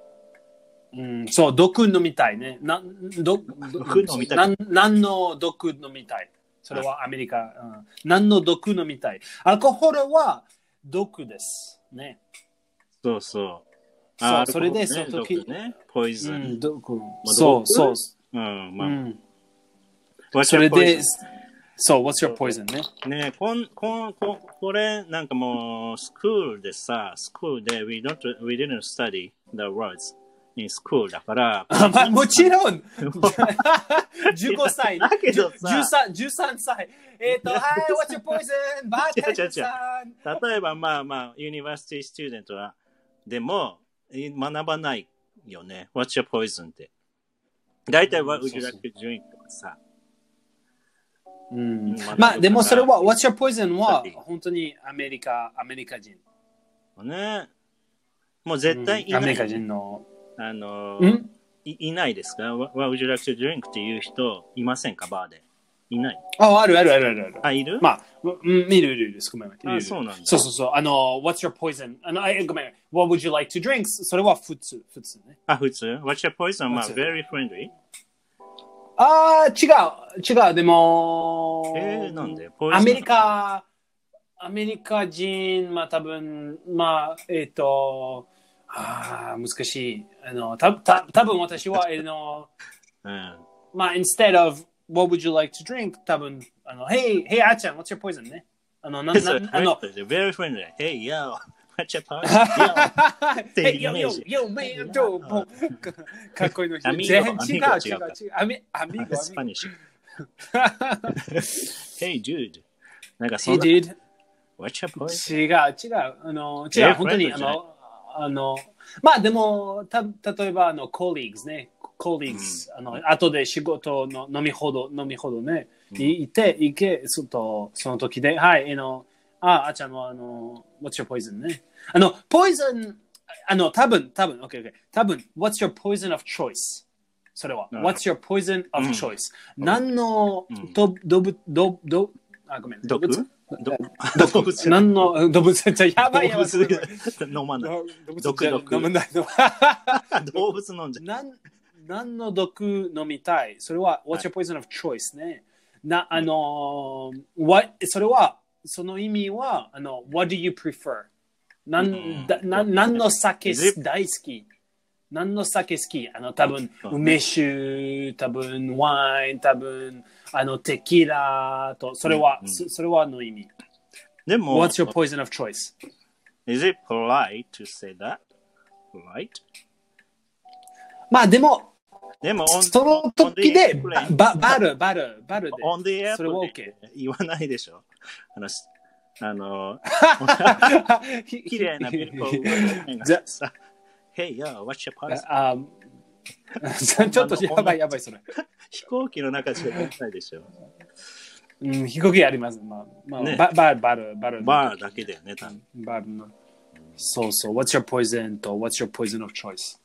Speaker 2: うん、そう、毒飲みたいね。な、毒、
Speaker 1: 毒飲みたい
Speaker 2: なん何の毒飲みたいそれはアメリカ、うん。何の毒飲みたいアルコールは毒です。ね。
Speaker 1: そうそう。
Speaker 2: そう
Speaker 1: あ、
Speaker 2: それで、そ
Speaker 1: そう
Speaker 2: の時、
Speaker 1: ね。ポイズ
Speaker 2: う
Speaker 1: ン。
Speaker 2: ん、どこ
Speaker 1: あ
Speaker 2: そう
Speaker 1: ど
Speaker 2: そ
Speaker 1: こ
Speaker 2: う。
Speaker 1: うん、
Speaker 2: う
Speaker 1: まあ。
Speaker 2: ん、
Speaker 1: What's
Speaker 2: そ
Speaker 1: your
Speaker 2: れで
Speaker 1: poison?、
Speaker 2: そう、What's your poison? ね。
Speaker 1: ねえ、こん、こん、こ、これ、なんかもう、スクールでさ、スクールで、we don't, we didn't study the words in school だか
Speaker 2: *laughs*
Speaker 1: ら、
Speaker 2: あまあ、もちろ *laughs* ん !15 歳。
Speaker 1: だけどさ
Speaker 2: 13 13歳。えっ、と、はい、What's your poison? バーテンダーさん。
Speaker 1: 例えば、まあまあ、ユニバーシティスチューデントは、でも、え学ばないよね。What's your poison? って。大体、What would you like to drink? とかさ。
Speaker 2: うん
Speaker 1: 学ぶ
Speaker 2: まあ、でもそれは、What's your poison? は
Speaker 1: だって、
Speaker 2: 本当にアメリカ、アメリカ人。
Speaker 1: ねもう絶対い
Speaker 2: うんアメ
Speaker 1: な
Speaker 2: リカ
Speaker 1: い。
Speaker 2: 人の。
Speaker 1: あの
Speaker 2: う
Speaker 1: ー、
Speaker 2: ん
Speaker 1: いいないですか ?What would you like to drink? っていう人、いませんかバーで。いない。
Speaker 2: あ、あるあるあるあるある。
Speaker 1: あ、いる
Speaker 2: まあ、うん、いるいるいる、ごめんなさいるい
Speaker 1: あ、
Speaker 2: る。
Speaker 1: そうなんだ。
Speaker 2: そうそうそう。あの、What's your poison? あの、あごめん。What would you like to drink? それは普通、普通ね。
Speaker 1: あ、普通 ?What's your poison? まあ、
Speaker 2: 普通
Speaker 1: very friendly.
Speaker 2: あー、違う、違う、でも、
Speaker 1: えー、なんで poison
Speaker 2: アメリカ、アメリカ人、まあ多分、まあ、えっ、と、あー難しい。あの、たた多分私
Speaker 1: *laughs*
Speaker 2: は、あの、
Speaker 1: うん。
Speaker 2: まあ、instead of what would you like to drink? 多分、あの、Hey, hey, あーちゃん、what's your poison ね。あの、な、な
Speaker 1: *laughs* そう
Speaker 2: あ
Speaker 1: *laughs*
Speaker 2: の、
Speaker 1: very friendly. Hey, yo. What's your
Speaker 2: *laughs*
Speaker 1: poison? ていうイメージ *laughs*
Speaker 2: Yo, yo, yo, man, yo, もうかかっこいいの人。
Speaker 1: アミーゴ
Speaker 2: 全然
Speaker 1: ア
Speaker 2: 違
Speaker 1: ミ
Speaker 2: う、
Speaker 1: ーゴ
Speaker 2: 違
Speaker 1: 違うか
Speaker 2: う、違う。アミ、アミーゴ、
Speaker 1: ス
Speaker 2: *laughs*
Speaker 1: パ
Speaker 2: アミーゴ。
Speaker 1: ニッシュ。Hey, dude. なんかそ
Speaker 2: He
Speaker 1: んな、
Speaker 2: did.
Speaker 1: What's your
Speaker 2: 違
Speaker 1: poison?
Speaker 2: う、違う。あの、違
Speaker 1: Yeah,
Speaker 2: う、本当に、
Speaker 1: friends
Speaker 2: あ
Speaker 1: じゃない
Speaker 2: の、あの、まあでも、た、例えば、あの、colleagues ね、colleagues、あの、後で仕事の飲みほど、飲みほどね、いいて、いけ、そっと、その時で、はい、あの、あ、あーちゃんは、あの、what's your poison ね。あの、poison、あの、多分、多分、OK、OK、多分、what's your poison of choice? それは、
Speaker 1: うん
Speaker 2: what's your poison of
Speaker 1: うん
Speaker 2: choice? 何の
Speaker 1: うん
Speaker 2: と動物、ど、ど、あ、ごめん、動
Speaker 1: 毒
Speaker 2: 物 *laughs*
Speaker 1: ど
Speaker 2: 動物
Speaker 1: 動物
Speaker 2: 何の動物じゃやばいや
Speaker 1: 動
Speaker 2: ばい
Speaker 1: 物飲まない。
Speaker 2: ど動物
Speaker 1: 毒
Speaker 2: 飲まないの
Speaker 1: *laughs* 動物飲んじゃ
Speaker 2: *laughs*
Speaker 1: う。
Speaker 2: 何何の毒飲みたいそれは What's your poison of choice ねなあのー what それはその意味はあの What do you prefer 何,、
Speaker 1: うん
Speaker 2: だな何の酒
Speaker 1: ジップ
Speaker 2: 大好き何の酒好きあの多分
Speaker 1: うん
Speaker 2: 梅酒多分ワイン多分あのテキーラとそれは、
Speaker 1: うん
Speaker 2: そそれはの意味
Speaker 1: でも、
Speaker 2: What's your poison of choice
Speaker 1: is it polite to say that? Right?
Speaker 2: まあでも、
Speaker 1: でも、on-
Speaker 2: その時
Speaker 1: on
Speaker 2: で
Speaker 1: the airplane-
Speaker 2: バ、バル、バル、バルで。
Speaker 1: on the airplane
Speaker 2: それは OK。
Speaker 1: 言わないでしょ。あの、しあの、 *laughs* 綺
Speaker 2: 綺
Speaker 1: 麗なビルコ
Speaker 2: *laughs*
Speaker 1: ー
Speaker 2: ざ
Speaker 1: さ、Hey, yo, what's
Speaker 2: *laughs*
Speaker 1: your poison?
Speaker 2: あ、ちょっとやばい、やばい、
Speaker 1: *laughs*
Speaker 2: それ。
Speaker 1: 飛行機の中しか言わないでしょ。
Speaker 2: うん、飛行機あります。まあ、まあ
Speaker 1: ね
Speaker 2: ババル、バル、バル。
Speaker 1: バーだけだよね、多分。
Speaker 2: バルの。そうそう、What's your poison と What's your poison of choice?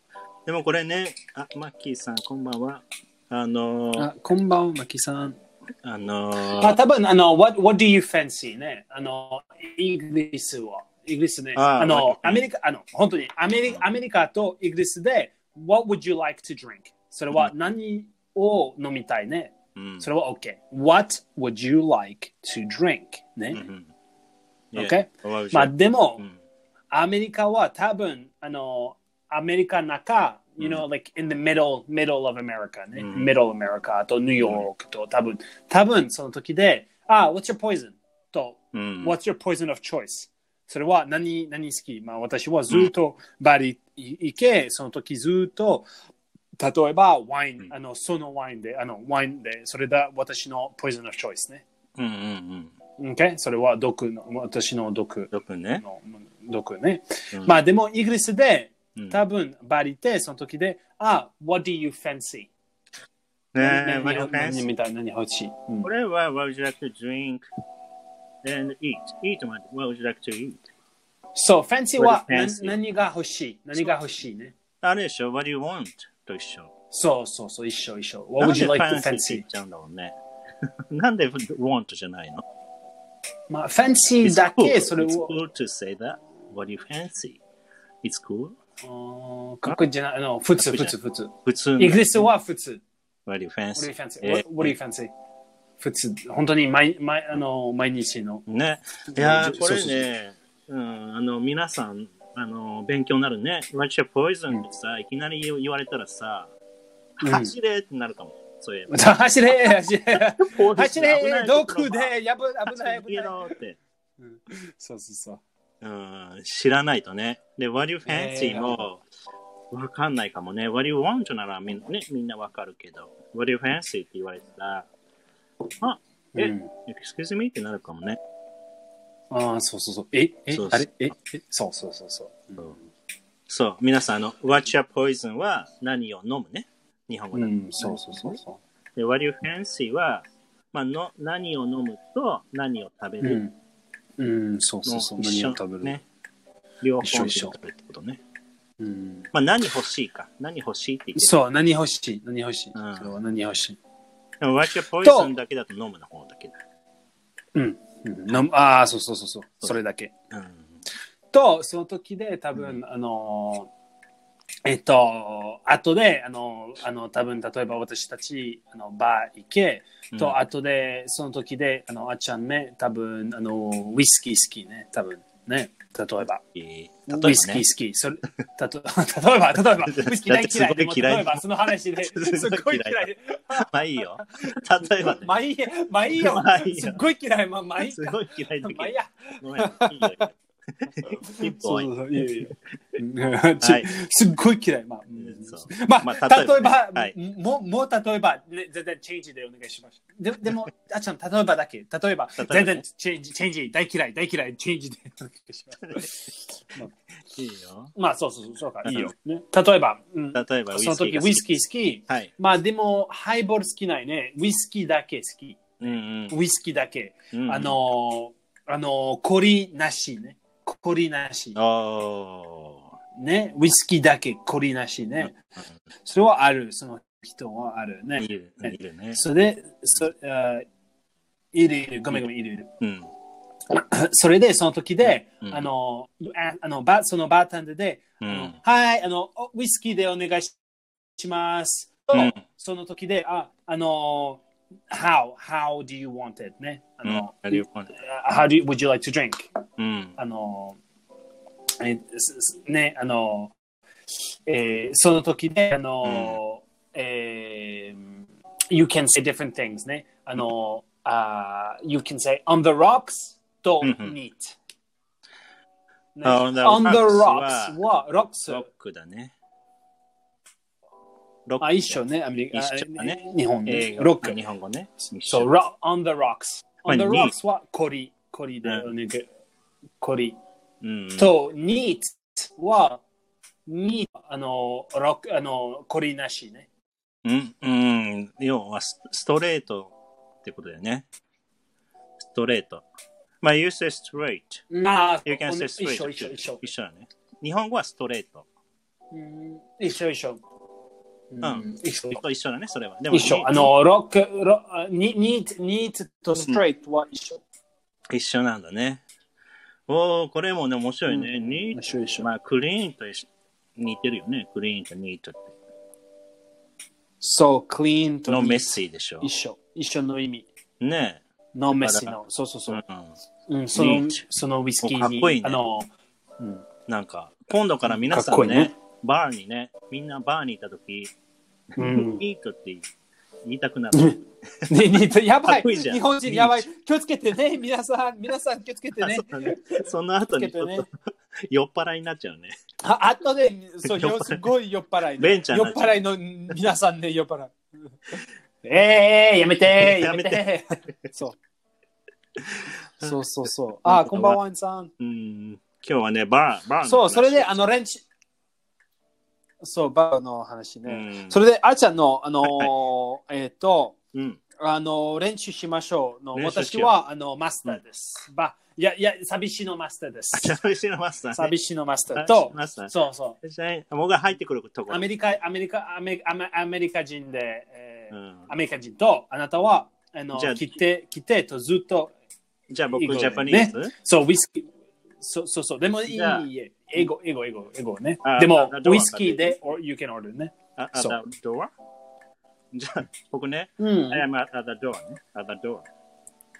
Speaker 1: でもこれね、あ、マッキーさん、こんばんは。あのー、
Speaker 2: あ、こんばんは、マキさん。
Speaker 1: あのー
Speaker 2: まあ、多分あの、what, what do you fancy ね。あの、イギリスは。イギリスね。
Speaker 1: あ
Speaker 2: あ
Speaker 1: あわ
Speaker 2: の、
Speaker 1: かる
Speaker 2: アメリカ、あの、本当にアメリカ、アメリカとイギリスで、what would you like to drink? それは何を飲みたいね。
Speaker 1: うん
Speaker 2: それは OK。what would you like to drink? ね。
Speaker 1: うん
Speaker 2: OK？
Speaker 1: Mm-hmm. Yeah Mm.
Speaker 2: まあ、でも、
Speaker 1: うん
Speaker 2: アメリカは多分、あの、アメリカの中、you know, like in the middle, middle of America ね、
Speaker 1: うん
Speaker 2: middle America とニューヨークと多分、多分その時で、あ、what's your poison? と、
Speaker 1: うん
Speaker 2: what's your poison of choice? それは何、何好きまあ私はずっとバリ行け、その時ずっと、例えばワイン、
Speaker 1: うん
Speaker 2: あの、そのワインで、あの、ワインで、それだ、私の poison of choice ね。
Speaker 1: うんうんうん。
Speaker 2: OK? それは毒の、私の毒。
Speaker 1: よくね。
Speaker 2: の毒ね。
Speaker 1: うん
Speaker 2: まあでもイギリスで
Speaker 1: うん
Speaker 2: 多分バリでその時で、あ、What do you fancy?
Speaker 1: ねえ、
Speaker 2: 何
Speaker 1: マリ
Speaker 2: 何
Speaker 1: オフェン
Speaker 2: 何
Speaker 1: ス。
Speaker 2: みたい何欲しい、うん
Speaker 1: これは、What would you like to drink and eat? Eat まで、What would you like to eat?
Speaker 2: そう、fancy は
Speaker 1: What is
Speaker 2: 何
Speaker 1: fancy？
Speaker 2: 何が欲しい何が欲しいね。
Speaker 1: あれでしょ ?What do you want? と一緒。
Speaker 2: そうそうそう、一緒一緒。What would you
Speaker 1: なん
Speaker 2: like
Speaker 1: で
Speaker 2: to
Speaker 1: fancy って言
Speaker 2: fancy?
Speaker 1: っちゃうんだろうね。 *laughs* なんで want じゃないの
Speaker 2: まあ、fancy だけ
Speaker 1: It's cool.
Speaker 2: それ
Speaker 1: It's
Speaker 2: を。
Speaker 1: cool to say that. What do you fancy? It's cool?
Speaker 2: あーかっこいいじゃないあの、普通、普通、普通。
Speaker 1: 普通の
Speaker 2: イギリスは普通。
Speaker 1: What do you
Speaker 2: What do
Speaker 1: fancy?
Speaker 2: you fancy?
Speaker 1: え
Speaker 2: What, what do you fancy? 普通。本当に毎毎あの毎日の。
Speaker 1: ね。いやー、
Speaker 2: そ
Speaker 1: こ
Speaker 2: うそう
Speaker 1: れ
Speaker 2: そう
Speaker 1: ね、うん、あの、皆さん、あの、勉強になるね。What's your poison? ってさ、いきなり言われたらさ、
Speaker 2: うん
Speaker 1: 走れってなるかも。そういえ
Speaker 2: *laughs*
Speaker 1: ば。
Speaker 2: 走れ走れ走
Speaker 1: 危な
Speaker 2: れ
Speaker 1: い
Speaker 2: どこでやぶ危ない
Speaker 1: 走
Speaker 2: 危
Speaker 1: れ
Speaker 2: ない。
Speaker 1: ろって。
Speaker 2: そうそうそう。
Speaker 1: うん、知らないとね。で、What do you fancy もわかんないかもね。What do you want ならみ,、ね、みんなわかるけど。What do you fancy って言われたら、あ、え、
Speaker 2: うん
Speaker 1: excuse me ってなるかもね。
Speaker 2: ああ、そうそうそう。ええ
Speaker 1: そうそう
Speaker 2: あれええそうそうそうそう。
Speaker 1: そうそう、皆さん、あの、What's your poison は何を飲むね。日本語
Speaker 2: う
Speaker 1: だと。
Speaker 2: ん、そうそうそうそ
Speaker 1: で、What do you fancy は、まあ、の何を飲むと何を食べ
Speaker 2: う。う
Speaker 1: る
Speaker 2: ん、うん、そうそうそう。
Speaker 1: の一
Speaker 2: 何
Speaker 1: 緒
Speaker 2: を食べる、
Speaker 1: ね。両方
Speaker 2: 一緒一緒
Speaker 1: 食べるってことね。
Speaker 2: うん、
Speaker 1: まあ、何欲しいか。何欲しいって言って
Speaker 2: そう、何欲しい何欲しい、
Speaker 1: うん
Speaker 2: それは何欲しい
Speaker 1: でも、What's your poison だけだと飲むの方だけだ。
Speaker 2: うん。うん、飲むああ、そうそうそうそう。それだけ。
Speaker 1: うん。
Speaker 2: と、その時で多分、あのー、えっと、後で、あの、あの、多分、例えば私たち、あの、バー行け、と、
Speaker 1: うん
Speaker 2: 後で、その時で、あの、あっちゃんね、多分、あの、ウイスキー好きね、多分、ね、例えば。
Speaker 1: えー例えば
Speaker 2: ウイスキー
Speaker 1: ね
Speaker 2: 好、き。それ、たと例えば、 *laughs* 例え
Speaker 1: *laughs*
Speaker 2: ば、ウイスキー大嫌いでも。
Speaker 1: だってすごい嫌い
Speaker 2: 例えば、その話で、すごい嫌いで。
Speaker 1: ま
Speaker 2: *laughs*
Speaker 1: あいいよ。例えばね、
Speaker 2: まあいいや、まあいいよ
Speaker 1: まあいい。よ
Speaker 2: すっごい嫌い。まあ、まあいい
Speaker 1: す
Speaker 2: か。
Speaker 1: ごい嫌いだ
Speaker 2: まあいい
Speaker 1: け
Speaker 2: や。
Speaker 1: ど、ごめん、いいよ。いいよ Keep
Speaker 2: そう
Speaker 1: going
Speaker 2: そうそういやいやち
Speaker 1: はい
Speaker 2: すっごい嫌い。まあ、うん
Speaker 1: そう
Speaker 2: まあ、
Speaker 1: まあ
Speaker 2: 例えば、
Speaker 1: 例えばねはい
Speaker 2: ももう例えば、ね、全然チェンジでお願いします。ででも、あっちゃん、例えばだけ、例えば、
Speaker 1: 例えばね
Speaker 2: 全然チェンジ、チェンジ、大嫌い、大嫌い、チェンジでお願いします。まあ、
Speaker 1: いいよ。
Speaker 2: まあ、そうそうそう、そうか、
Speaker 1: う
Speaker 2: い
Speaker 1: ん
Speaker 2: いよ。ね、例えば、うん、
Speaker 1: 例えば、ウイ
Speaker 2: その
Speaker 1: スキ
Speaker 2: 時
Speaker 1: ーが
Speaker 2: ウ
Speaker 1: 好
Speaker 2: イスキ
Speaker 1: き。
Speaker 2: ー好き。
Speaker 1: はい。
Speaker 2: まあ、でも、ハイボール好きないね。ウイスキーだけ好き。
Speaker 1: うんうん
Speaker 2: ウイスキーだけ。
Speaker 1: うんうん。
Speaker 2: あのー、あのー、コリなしね。コリなし。
Speaker 1: お
Speaker 2: ね、ウイスキーだけこりなしね。それはある、その人はある
Speaker 1: ー
Speaker 2: ね。
Speaker 1: いる、いるね。
Speaker 2: それで、そあいるいる、ごめんごめん、いるいる。
Speaker 1: うん。
Speaker 2: それで、その時で、
Speaker 1: うん
Speaker 2: あの、ああのバそのバータンでで、
Speaker 1: う
Speaker 2: あの
Speaker 1: ん。
Speaker 2: はい、あの、おウイスキーでお願いしします。と
Speaker 1: うん
Speaker 2: その時で、あ、あの、How, how do you want it? ね。あ
Speaker 1: うん
Speaker 2: の、
Speaker 1: How do you want it?
Speaker 2: How do you, would you like to drink?
Speaker 1: うん。
Speaker 2: あの、えすすね、あの、えーその時で、あの、えー you can say different things ね。あの、あー you can say on the rocks と
Speaker 1: うんうん
Speaker 2: neat、ね
Speaker 1: On the
Speaker 2: on the
Speaker 1: rocks
Speaker 2: rocks は、
Speaker 1: ロッ
Speaker 2: rocks。
Speaker 1: クだね。ロック。
Speaker 2: あ、一緒ね、アメリカ。
Speaker 1: 一緒だね
Speaker 2: あ日本
Speaker 1: 英
Speaker 2: ね。
Speaker 1: 語。
Speaker 2: ロック。
Speaker 1: 日本語ね。
Speaker 2: そう、
Speaker 1: ロ
Speaker 2: ro- on the rocks。
Speaker 1: まあ
Speaker 2: on the
Speaker 1: に
Speaker 2: rocks は、コリ。コリで、
Speaker 1: う
Speaker 2: ね、コリ。
Speaker 1: ック。
Speaker 2: と、ニーツは、ニーあの、ロック、あの、こりなしね。
Speaker 1: うん、うん、要はスストレートってことだよね。ストレート。まあ、you say straight.
Speaker 2: まあ、
Speaker 1: You can say
Speaker 2: 一
Speaker 1: straight.
Speaker 2: 緒一緒一緒
Speaker 1: 一。緒だね。日本語はストレート。
Speaker 2: うん一緒一緒。う
Speaker 1: うん
Speaker 2: 一緒。
Speaker 1: 一緒だね、それは。で
Speaker 2: 一緒。あ、の、ロック、ロあニニーツ、ニーツとストレートは一緒。
Speaker 1: 一緒なんだね。おおこれもね、面白いね。ニー
Speaker 2: 一緒一
Speaker 1: ト。
Speaker 2: 緒。
Speaker 1: まあ、クリーンと一緒似てるよね。クリーンとニートって。
Speaker 2: そう、クリーンと
Speaker 1: のメッシーでしょ
Speaker 2: 一。緒。一緒の意味。
Speaker 1: ね
Speaker 2: のメッシの。そうそう
Speaker 1: え。う
Speaker 2: そう。
Speaker 1: ん。
Speaker 2: うん、そ
Speaker 1: ニ
Speaker 2: の
Speaker 1: ーツ、
Speaker 2: そのウィスキーに。
Speaker 1: もうかっこいいね
Speaker 2: あの、うん
Speaker 1: なんか、今度から皆さ
Speaker 2: かっこ
Speaker 1: ん
Speaker 2: いい
Speaker 1: ね、
Speaker 2: ね
Speaker 1: バーにね、みんなバーにいたとき、
Speaker 2: うん。
Speaker 1: ニートって言いたくなる。
Speaker 2: ねねやば
Speaker 1: かっ
Speaker 2: い
Speaker 1: こいいじゃん
Speaker 2: 日本人やばい気をつけてね皆さん皆さん気をつけて
Speaker 1: あ
Speaker 2: ね
Speaker 1: *laughs* そうだねその後にちょっ
Speaker 2: つけ
Speaker 1: と酔っ払いになっちゃうね。
Speaker 2: ああとでそう
Speaker 1: *laughs* 酔っ払い
Speaker 2: すごい酔っ払い、ね、
Speaker 1: ベンちゃん
Speaker 2: 酔
Speaker 1: にな
Speaker 2: っ
Speaker 1: っちゃう
Speaker 2: 払いの皆さんね酔っ
Speaker 1: *laughs*
Speaker 2: 払いええやめて
Speaker 1: やめて
Speaker 2: そうそうそう
Speaker 1: *laughs*
Speaker 2: そうあこんばんはあんさん
Speaker 1: うん。今日はね、バー、バーの話
Speaker 2: そうそれであのレンチそうバーの話
Speaker 1: う
Speaker 2: ね、
Speaker 1: ん。
Speaker 2: それであーちゃんのあのー
Speaker 1: は
Speaker 2: えっ、と
Speaker 1: うん。
Speaker 2: あの練習しましょうの
Speaker 1: 練習し
Speaker 2: 私
Speaker 1: よう
Speaker 2: はあのマスターです。ばいやいや寂しいのマスターです。
Speaker 1: シャルシのマスターね。
Speaker 2: 寂しいのマスター
Speaker 1: 寂し
Speaker 2: と
Speaker 1: いマスター
Speaker 2: そうそう
Speaker 1: ね。僕が入ってくるところ。
Speaker 2: アメリカアメリカアメリカアメアメリカ人で、えー
Speaker 1: うん
Speaker 2: アメリカ人とあなたはあの
Speaker 1: じゃあ
Speaker 2: 来て来てとずっと
Speaker 1: じゃあ僕、
Speaker 2: 英語
Speaker 1: ジ
Speaker 2: で
Speaker 1: ャパニーズ、
Speaker 2: そうウィスキーそうそうそうでもいい
Speaker 1: じゃあ
Speaker 2: え英語英語英語英語ね
Speaker 1: あ
Speaker 2: でも
Speaker 1: あどうぞ
Speaker 2: ウイスキーで or you can order ね
Speaker 1: あ、あ、
Speaker 2: そう
Speaker 1: だ、ドアじゃあ、僕ね、
Speaker 2: うん、
Speaker 1: I am at at the door ね。at the door。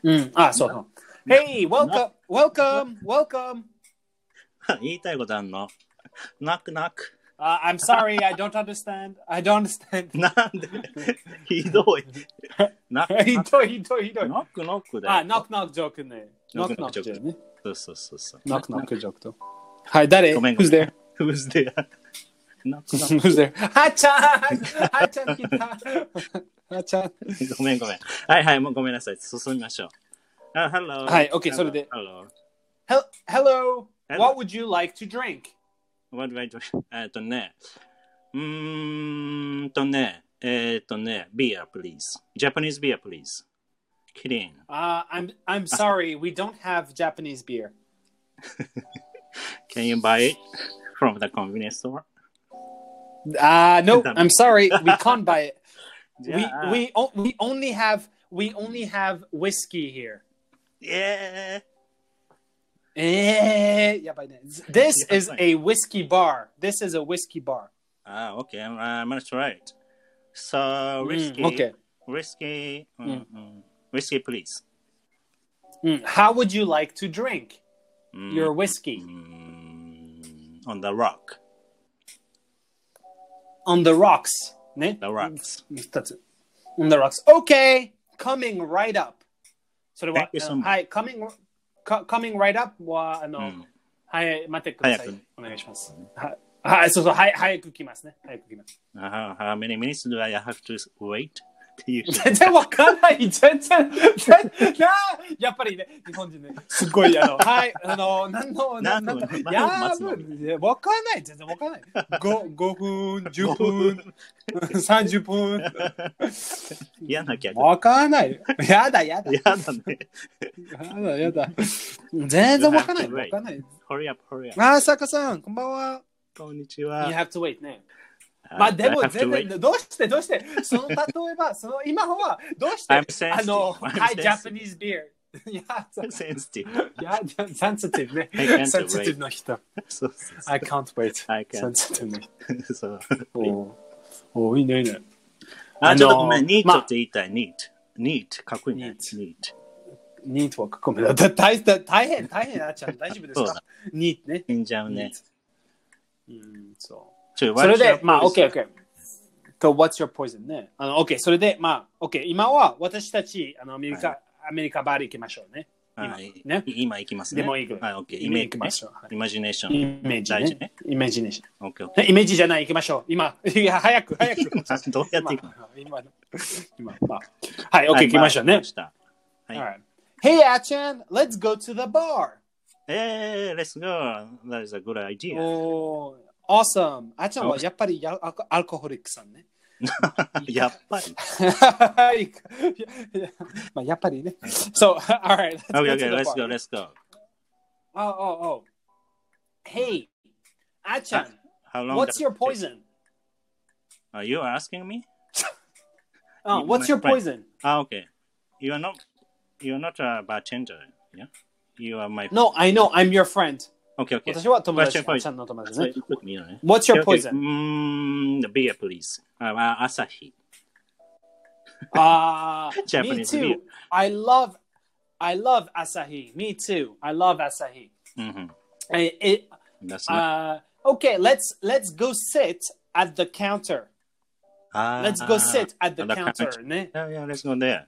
Speaker 2: うん、あそうそう Hey welcome welcome welcome
Speaker 1: 言いたいことあんの。knock knock
Speaker 2: Uh, I'm sorry, I don't understand. I don't understand. *laughs*
Speaker 1: なんでひどい。な
Speaker 2: ひどいひどいひどい。
Speaker 1: ノックノックで。
Speaker 2: あ、ノックノックジョークね。ノッ
Speaker 1: Knock
Speaker 2: クノッ
Speaker 1: knock
Speaker 2: クジョークね。
Speaker 1: そうそうそうそう。
Speaker 2: ノックノックジョークと。はい、誰
Speaker 1: ごめん
Speaker 2: ?Who's there?
Speaker 1: Who's there? ノック
Speaker 2: *laughs*
Speaker 1: ノッ
Speaker 2: Who's there? はっちゃんはっちゃん来た *laughs* はっちゃん。
Speaker 1: クごめんごめん。はいはい、もうごめんなさい。進みましょう。あ、Hello。
Speaker 2: はい、OK それで
Speaker 1: Hello。
Speaker 2: Hel- Hello,
Speaker 1: Hello.
Speaker 2: what would you like to drink?
Speaker 1: What do I do? えっとね。うーんとね。えっとね。Beer, please. Japanese beer, please. キリン。
Speaker 2: Uh, I'm I'm sorry, we don't have Japanese beer.
Speaker 1: Can you buy it from the convenience store?
Speaker 2: Uh,
Speaker 1: *laughs*
Speaker 2: no,
Speaker 1: Damn.
Speaker 2: I'm sorry, we can't buy
Speaker 1: *laughs*
Speaker 2: it. We
Speaker 1: ゃあ
Speaker 2: we o- we only have we only have whiskey here.
Speaker 1: え
Speaker 2: えー、やばいね。This is
Speaker 1: やば
Speaker 2: a whiskey bar. This is a whiskey bar.
Speaker 1: ー、あ、OK。I'm Ah, gonna try it. So,
Speaker 2: うん
Speaker 1: risky.、
Speaker 2: Mm, Okay. Mm.
Speaker 1: Risky. うんうん、risky, please.
Speaker 2: うん Mm, How would you like to drink
Speaker 1: うん
Speaker 2: your whiskey?
Speaker 1: うん Mm. on the rock.
Speaker 2: On the rocks. ね。
Speaker 1: The rocks.
Speaker 2: 二つ。On the rocks. Okay! Coming right up. それは
Speaker 1: Thank you so、much.
Speaker 2: はい、coming, co- coming right up は、あの、
Speaker 1: うん
Speaker 2: はい、待ってくださ
Speaker 1: 早
Speaker 2: い
Speaker 1: く。
Speaker 2: お願いします。はいはい、そうそう、はい、早く来ますね。早く来ます。
Speaker 1: How, Uh-huh. how many minutes do I have to wait? *laughs* っ
Speaker 2: *laughs*
Speaker 1: ていう。
Speaker 2: 全然わかんない。全然、全なやっぱりね、日本人ね、すごい、
Speaker 1: *laughs*
Speaker 2: あの、 *laughs* はい、あの、なんの、なんの、
Speaker 1: 何分
Speaker 2: い
Speaker 1: 何分
Speaker 2: や
Speaker 1: 待つの
Speaker 2: ー、わかんない。全然わかんない。5, 5分、10分、30分。
Speaker 1: 嫌な *laughs* 客。
Speaker 2: わかんない。やだ、やだ。
Speaker 1: 嫌
Speaker 2: や
Speaker 1: だね。
Speaker 2: だ、やだ。 *laughs* 全然わかんない。わかんない。
Speaker 1: Hurry up, hurry
Speaker 2: *laughs*
Speaker 1: up.
Speaker 2: あー、さかさん、こんばんは。
Speaker 1: こんにちは。
Speaker 2: You have to wait ね。まあ
Speaker 1: I-
Speaker 2: で
Speaker 1: Uh, I
Speaker 2: も
Speaker 1: have to
Speaker 2: 全
Speaker 1: wait.
Speaker 2: 然どうしてどうしてその例えばその今はどうして
Speaker 1: I'm sensitive.
Speaker 2: あの
Speaker 1: I'm
Speaker 2: はい
Speaker 1: sensitive.
Speaker 2: ジャパニーズビー *laughs* ルいやそ *laughs*
Speaker 1: *laughs* sensitive.
Speaker 2: いやセンシティブね
Speaker 1: I can't
Speaker 2: センシティブの人
Speaker 1: *laughs* そうそうそう
Speaker 2: I can't wait
Speaker 1: I can't
Speaker 2: センシティブの人
Speaker 1: そう
Speaker 2: おーおーいいねいいねあ
Speaker 1: あ、
Speaker 2: のー
Speaker 1: ちょっとごめん。ニー
Speaker 2: まあ
Speaker 1: トって言いたい。ニート。ニート。かっこいいね。
Speaker 2: neat
Speaker 1: ニート。
Speaker 2: ニートはごめんだだ大大大変大変あっちゃん大丈夫です
Speaker 1: そう
Speaker 2: か
Speaker 1: だ
Speaker 2: ニートね
Speaker 1: 死んじゃうね。
Speaker 2: うんそう
Speaker 1: ちょ
Speaker 2: それでまあ。
Speaker 1: ワイルドシャープ
Speaker 2: OKOK と What's your poison ねあの OK それでまあ OK 今は私たちあのアメリカ、
Speaker 1: は
Speaker 2: アメリカバール行きましょうね今
Speaker 1: はい
Speaker 2: ね
Speaker 1: 今行きますね。
Speaker 2: でもいいけど
Speaker 1: はい、オッケー。イ
Speaker 2: 今
Speaker 1: メージ、ね。
Speaker 2: 行きましょうはい
Speaker 1: イマジネーション。
Speaker 2: イメージ
Speaker 1: 大事
Speaker 2: ね
Speaker 1: ね。
Speaker 2: イメージね。
Speaker 1: オッケーオッケ
Speaker 2: ねイメージじゃない、行きましょう。今、いや早く、早 *laughs* く。
Speaker 1: ー。どう *laughs* やって行くの
Speaker 2: 今、今の、今、まあ。はい、OK、行きましょう
Speaker 1: は
Speaker 2: ね
Speaker 1: い。したはい
Speaker 2: Alright. Hey, Achan, let's go to the bar.
Speaker 1: えー、let's go. That is a good idea.
Speaker 2: おー、awesome. あちゃんはやっぱりやアコアルコホリックさんね。
Speaker 1: *laughs* *laughs* やっ
Speaker 2: *laughs*
Speaker 1: ぱり。
Speaker 2: はいいやまあやっぱりね。So, *laughs* alright, let's go to
Speaker 1: Okay, okay, let's
Speaker 2: the
Speaker 1: go,
Speaker 2: bar.
Speaker 1: let's go.
Speaker 2: Oh, oh, oh. Hey, Achan,
Speaker 1: How Ah, long?
Speaker 2: what's
Speaker 1: does-
Speaker 2: your poison?
Speaker 1: Are you asking me?
Speaker 2: Oh, what's your poison?
Speaker 1: Ah, okay. You are not. You are not a bartender. Yeah. You are my.
Speaker 2: No, I know. I'm your friend.
Speaker 1: Okay, okay.
Speaker 2: 私は友
Speaker 1: What's
Speaker 2: 達
Speaker 1: your
Speaker 2: あっちゃ
Speaker 1: poison?
Speaker 2: んの友達
Speaker 1: So
Speaker 2: ね
Speaker 1: you。put me on it.
Speaker 2: eh? What's your
Speaker 1: Okay, okay.
Speaker 2: poison?
Speaker 1: Mm, the beer, please. Uh, uh, Asahi. *laughs*
Speaker 2: ああ、me Ah,
Speaker 1: Japanese
Speaker 2: too.
Speaker 1: beer.
Speaker 2: I love, I love Asahi. Me too. I love Asahi.
Speaker 1: hmm
Speaker 2: I- it-
Speaker 1: That's not.
Speaker 2: uh, okay, let's let's go sit at the counter.
Speaker 1: Ah,
Speaker 2: Let's go sit at the
Speaker 1: at the
Speaker 2: counter
Speaker 1: counter.
Speaker 2: ね。
Speaker 1: Yeah, yeah. Let's go there.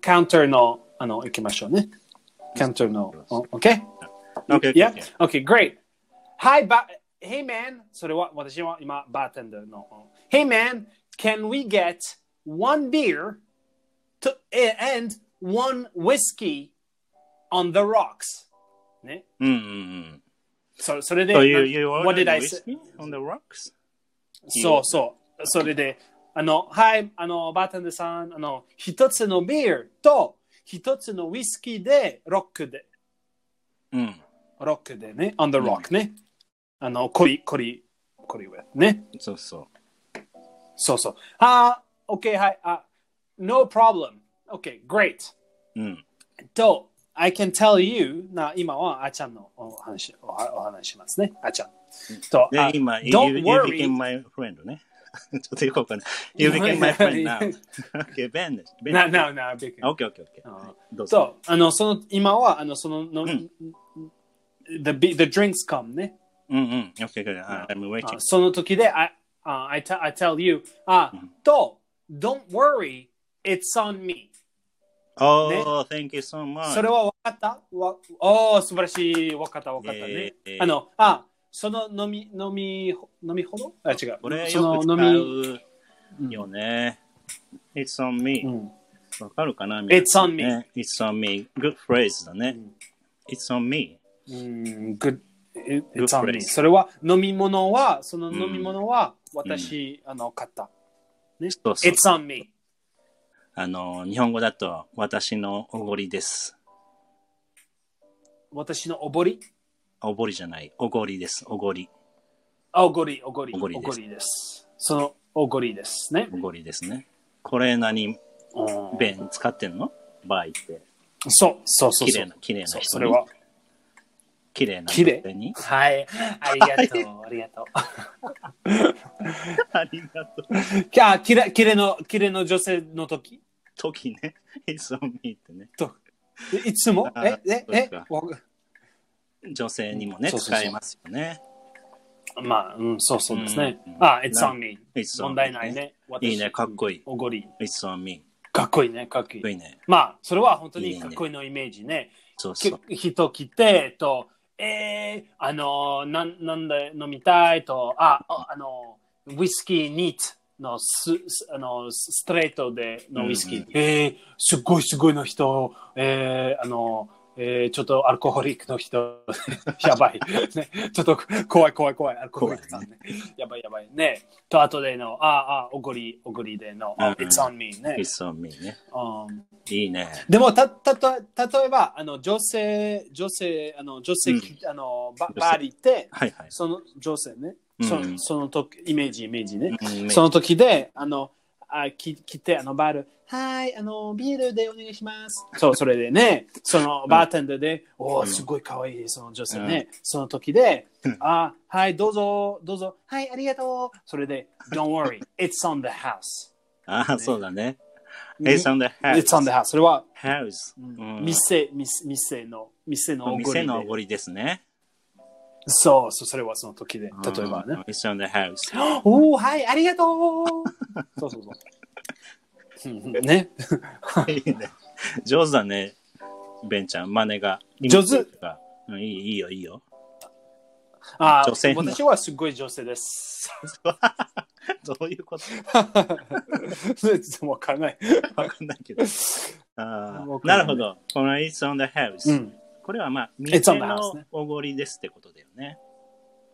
Speaker 2: カウンターのあの行きましょうね。カウンターの。お OK?
Speaker 1: Okay. okay,
Speaker 2: Oh, Yeah.
Speaker 1: okay.
Speaker 2: Okay, great. Hi, ba- hey man. それは私は今、バーテンダーの。Hey man, can we get one beer to, eh, and one whiskey on the rocks? ね。
Speaker 1: Mm.
Speaker 2: そそれで、
Speaker 1: So you you
Speaker 2: What
Speaker 1: ordered
Speaker 2: did I
Speaker 1: whiskey on the rocks?
Speaker 2: そうそう。それで、あの、はい、あの、バーテンダーさん、あの、一つのビールと一つのウイスキーでロックで。
Speaker 1: Mm.
Speaker 2: ロックでね、on the rock ね。あの、コリ、コリ、コリウェアね。
Speaker 1: So so.
Speaker 2: そうそう。あー、OK、はい。あ、no uh, problem。OK、great。Uh,
Speaker 1: Mm.
Speaker 2: と、I can tell you な、今はあちゃんのお話おはお話しますね。あちゃん。と、
Speaker 1: で、
Speaker 2: あ
Speaker 1: 今、you,
Speaker 2: don't
Speaker 1: you
Speaker 2: worry.
Speaker 1: became my friend *laughs* ね。ちょっとよくわかんない。You became my
Speaker 2: *laughs*
Speaker 1: friend now. okay, Ben です。Ben
Speaker 2: な、な、な、びっくり
Speaker 1: Okay, okay, okay.
Speaker 2: あ
Speaker 1: どうぞ。
Speaker 2: そう、あの、その、今は、あの、その、の、
Speaker 1: ん
Speaker 2: the, be- the drinks come ね。
Speaker 1: うんうん。OK, good. I'm
Speaker 2: あ
Speaker 1: waiting.
Speaker 2: その時で、I, あ I, tell- I tell you, あ、と、don't worry, it's on me.
Speaker 1: Oh, thank you so much.
Speaker 2: それは分かったわおー、素晴らしい。分かった、分かったね。
Speaker 1: えー
Speaker 2: あの、あ、その飲み、飲み、飲みほどあ、違う。
Speaker 1: これ
Speaker 2: そ
Speaker 1: よく
Speaker 2: の飲
Speaker 1: 使
Speaker 2: み、
Speaker 1: うよね。It's on
Speaker 2: う
Speaker 1: me.
Speaker 2: ん
Speaker 1: わかるかな
Speaker 2: Mm. It's on me. Mm.
Speaker 1: ね It's on me. Good phrase だね。It's on me.
Speaker 2: うん、good, it- it's
Speaker 1: Good
Speaker 2: on me.
Speaker 1: phrase.
Speaker 2: それは飲み物は、その
Speaker 1: うん
Speaker 2: 飲み物は私、あの買った。
Speaker 1: そうそう
Speaker 2: It's。on me.
Speaker 1: あの、日本語だと、私のおごりです。
Speaker 2: 私のおごり
Speaker 1: おごりじゃない。おごりです。おごり。
Speaker 2: あ、おごり、おごり、
Speaker 1: お
Speaker 2: おご
Speaker 1: ごり
Speaker 2: り
Speaker 1: で
Speaker 2: で
Speaker 1: す
Speaker 2: す。そのおごりですね
Speaker 1: お。ごりですね。これ何、
Speaker 2: うん
Speaker 1: ベン使ってんの場合って。
Speaker 2: そうそうそう
Speaker 1: 綺
Speaker 2: そ
Speaker 1: 麗
Speaker 2: う
Speaker 1: な、。綺麗な人
Speaker 2: そう
Speaker 1: に。
Speaker 2: それは。
Speaker 1: 綺麗な
Speaker 2: 綺麗
Speaker 1: 人に。
Speaker 2: はい。ありがとう、ありがとう。
Speaker 1: *laughs* ありがとう。
Speaker 2: きゃあ、きれ、きれの、きれの女性の時
Speaker 1: 時ね。It's on me ってね。
Speaker 2: と、いつも
Speaker 1: あー
Speaker 2: え、え、
Speaker 1: そう
Speaker 2: え
Speaker 1: か、
Speaker 2: わか
Speaker 1: 女性にもね、
Speaker 2: そうそうそう
Speaker 1: 使えますよね。
Speaker 2: まあ、うん、そうそうですね
Speaker 1: うん。
Speaker 2: あ、It's on me.
Speaker 1: It's on me
Speaker 2: 問題ないね。私
Speaker 1: いいねかっこいい
Speaker 2: おごり。
Speaker 1: It's on me.
Speaker 2: かっこいいね、かっこいい
Speaker 1: い。いね。
Speaker 2: まあ、それは本当にかっこいいのイメージね。
Speaker 1: そう
Speaker 2: き
Speaker 1: そう。
Speaker 2: 人来て、えっと、えー、あの、なん、なんで飲みたいと、あ、ああの、ウイスキーニートのス、スあの、ストレートでのウイスキー。
Speaker 1: うん
Speaker 2: えー、すごいすごいの人、えー、あの、えー、ちょっとアルコホリックの人、 *laughs* やばい、ね。ちょっと怖い怖い怖い、アルコホリックさんね。やばいやばい。ね。と、後での、ああ、おごり、おごりでの、あ
Speaker 1: うん
Speaker 2: It's on me ね。
Speaker 1: It's on me ね。
Speaker 2: うん
Speaker 1: いいね。
Speaker 2: でもたたと例えばあの女性女性あの女性、
Speaker 1: うん
Speaker 2: あのバ
Speaker 1: 女性
Speaker 2: バーリーって
Speaker 1: はいはい。
Speaker 2: その女性ね、
Speaker 1: うん
Speaker 2: そのその時イメージイメージね、
Speaker 1: うん
Speaker 2: その時であのあき来てあのバールはいあのビールでお願いしますそうそれでねそのバーテンダーで、お
Speaker 1: う
Speaker 2: お
Speaker 1: ん
Speaker 2: すごい可愛いその女性ね、その時で、あはいどうぞどうぞはいありがとうそれで Don't worry it's on the house
Speaker 1: ああ、そうだね。It's on the house.
Speaker 2: it's on the house それは
Speaker 1: house. うん
Speaker 2: 店、店店の、店のおご
Speaker 1: 店
Speaker 2: りで
Speaker 1: のおごりですね。
Speaker 2: そうそう、それはその時で、例えば
Speaker 1: うん
Speaker 2: ね。。
Speaker 1: It's on the house.
Speaker 2: *laughs* おお、はい、ありが
Speaker 1: *laughs*
Speaker 2: とうそうそうそううん。ね。
Speaker 1: いいね。上手だね、ベンちゃん、真似が。
Speaker 2: 上手
Speaker 1: うんいいいいよ、いいよ。 *laughs*
Speaker 2: あ
Speaker 1: 女性の
Speaker 2: 私はすごい女性です。 *laughs*
Speaker 1: どういうこと
Speaker 2: わからない。
Speaker 1: わかんない
Speaker 2: *laughs*
Speaker 1: けど。あ
Speaker 2: わ
Speaker 1: ー
Speaker 2: かんな
Speaker 1: ないるほど。この It's on the house、
Speaker 2: うん。
Speaker 1: これはまあ、
Speaker 2: It's
Speaker 1: 店
Speaker 2: on the house
Speaker 1: の
Speaker 2: ね
Speaker 1: おごりですってことだよね。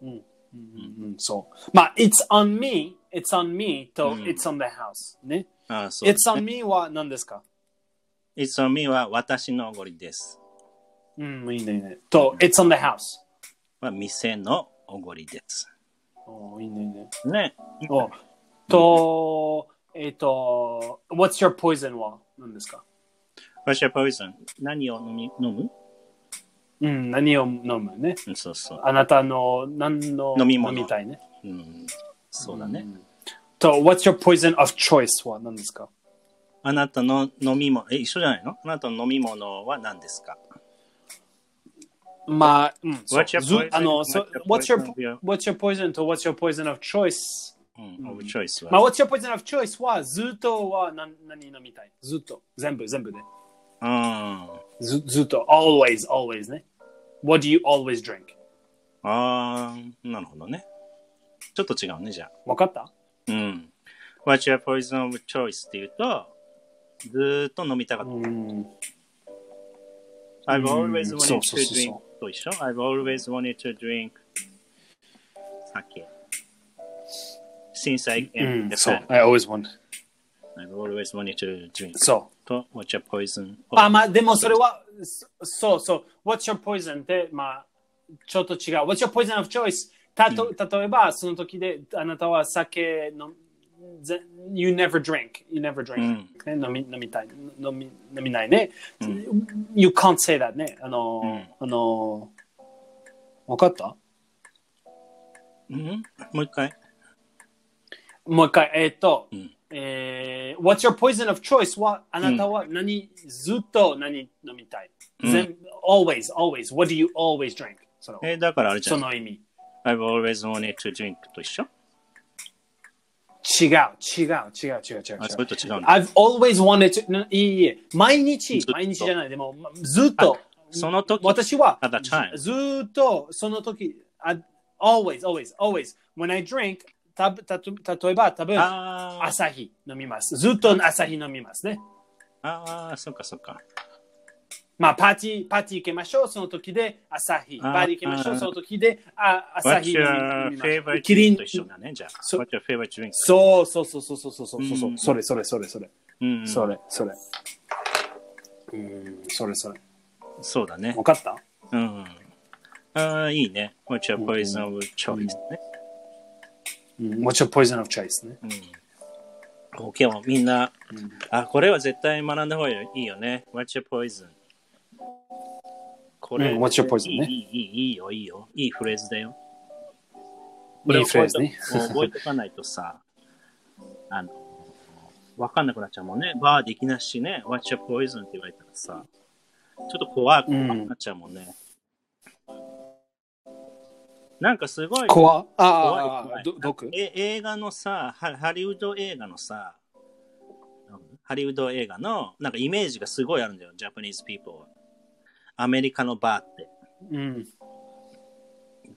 Speaker 2: うん。うん、そう。まあ、it's on me, it's on me と、
Speaker 1: うん
Speaker 2: it's on the house。ね。
Speaker 1: あーそう
Speaker 2: it's on me は何ですか
Speaker 1: It's on me は私のおごりです。
Speaker 2: うん、いいね、いいね。と、it's on the house。
Speaker 1: まあ、店のおごりです。
Speaker 2: おーいいね、いいね。
Speaker 1: ね。
Speaker 2: おと、えっ、と、What's your poison は何ですか
Speaker 1: What's your poison? 何を飲み飲む
Speaker 2: うん、何を飲むね。
Speaker 1: うんそうそう。
Speaker 2: あなたの何の
Speaker 1: 飲み物
Speaker 2: みたいね。
Speaker 1: うん、そうだね。
Speaker 2: と、What's your poison of choice は何ですか
Speaker 1: あなたの飲み物、え、一緒じゃないのあなたの飲み物は何ですか
Speaker 2: まあ、うん、そう
Speaker 1: What's your
Speaker 2: ず
Speaker 1: poison?
Speaker 2: あの、そう
Speaker 1: What's
Speaker 2: What's
Speaker 1: your
Speaker 2: your
Speaker 1: poison of
Speaker 2: What's your poison と What's your poison of choice?
Speaker 1: うん、オブチョイスは。
Speaker 2: まあ、What's your poison of choice はずっとは何何飲みたいずっと。全部、全部で。
Speaker 1: うん。
Speaker 2: ずずっと。Always, always ね。What do you always drink?
Speaker 1: あー、なるほどね。ちょっと違うね、じゃあ。
Speaker 2: わかった
Speaker 1: うん。What's your poison of choice っていうと、ずーっと飲みたかった。
Speaker 2: うん。
Speaker 1: I've always
Speaker 2: うんそう
Speaker 1: wanted
Speaker 2: そうそう
Speaker 1: to
Speaker 2: そう
Speaker 1: drink と一緒 ?I've always wanted to drink 酒。Since I
Speaker 2: う
Speaker 1: came
Speaker 2: ん
Speaker 1: to、
Speaker 2: そ
Speaker 1: Japan,
Speaker 2: う。I always want.
Speaker 1: I've always wanted to drink
Speaker 2: そう。
Speaker 1: と What's your poison?
Speaker 2: あ、まあ、でもそれは、そそうそう。What's your poison? って、まあ、ちょっと違う。What's your poison of choice? たと、例えば、その時で、あなたは酒の、ぜ You never drink. You never drink.、ね、飲み、飲みたい。飲み、飲みないね。you can't say that ね。あの、あの、わかった
Speaker 1: うんもう一回。
Speaker 2: もう一回、えーっと、
Speaker 1: ん
Speaker 2: えー eh, What's your poison of choice? は、あなたは何、ずっと何飲み
Speaker 1: Eh,
Speaker 2: たい、全 ?always, always. What do you always drink? その
Speaker 1: えーだからあれじゃ
Speaker 2: そ
Speaker 1: ん。
Speaker 2: の意味。
Speaker 1: I've always wanted to drink と一緒
Speaker 2: 違う、違う、違う、違う、違う。
Speaker 1: あ、それと違うんだ。
Speaker 2: I've always wanted to, ないいえ、毎日
Speaker 1: ずっ、と
Speaker 2: 毎日じゃない、でも、まずっと、
Speaker 1: その時、
Speaker 2: 私は
Speaker 1: at that time
Speaker 2: ずずーっとその時、あ always, always, always, when I drink, たぶたと例えば多分
Speaker 1: あー
Speaker 2: 朝日飲みます。ずっと朝日飲みますね。
Speaker 1: あー、そっかそっか。
Speaker 2: まあ、パーティー、パーティー行きましょう、その時で朝日。
Speaker 1: あー
Speaker 2: パーティー行きましょう、その時であ朝
Speaker 1: What's
Speaker 2: 日飲み飲
Speaker 1: your
Speaker 2: みま
Speaker 1: favorite
Speaker 2: す。キリ
Speaker 1: drink
Speaker 2: ン
Speaker 1: と。一緒だね、じゃあ。
Speaker 2: そ
Speaker 1: What's your favorite drink?
Speaker 2: そうそうそうそうそうそうそうそう
Speaker 1: うん
Speaker 2: それそれそれそれ
Speaker 1: うん、
Speaker 2: それそれ。うん、それそれ。
Speaker 1: そうだね
Speaker 2: わ。かった
Speaker 1: うん。ああ、いいね。What's your poison of choice? ね。
Speaker 2: うん、もちろん poison of choice ね。
Speaker 1: うん。OK もみんな、あ、これは絶対学んだ方がいいよね。What's your poison? これ、
Speaker 2: うん What's your poison ね
Speaker 1: いい、いい、いいよ、いいよ。いいフレーズだよ。
Speaker 2: いいフレーズね。
Speaker 1: これを覚えと覚えとかないとさ、あの、わかんなくなっちゃうもんね。バーできなしね、What's your poison って言われたらさ、ちょっと怖く
Speaker 2: うん
Speaker 1: なっちゃうもんね。なんかすごい、
Speaker 2: 怖あ
Speaker 1: 怖い
Speaker 2: あ
Speaker 1: 怖
Speaker 2: あ
Speaker 1: い
Speaker 2: ど毒
Speaker 1: え映画のさハハリウッド映画のさハリウッド映画のなんかイメージがすごいあるんだよジャパニーズピーポーはアメリカのバーって
Speaker 2: うん。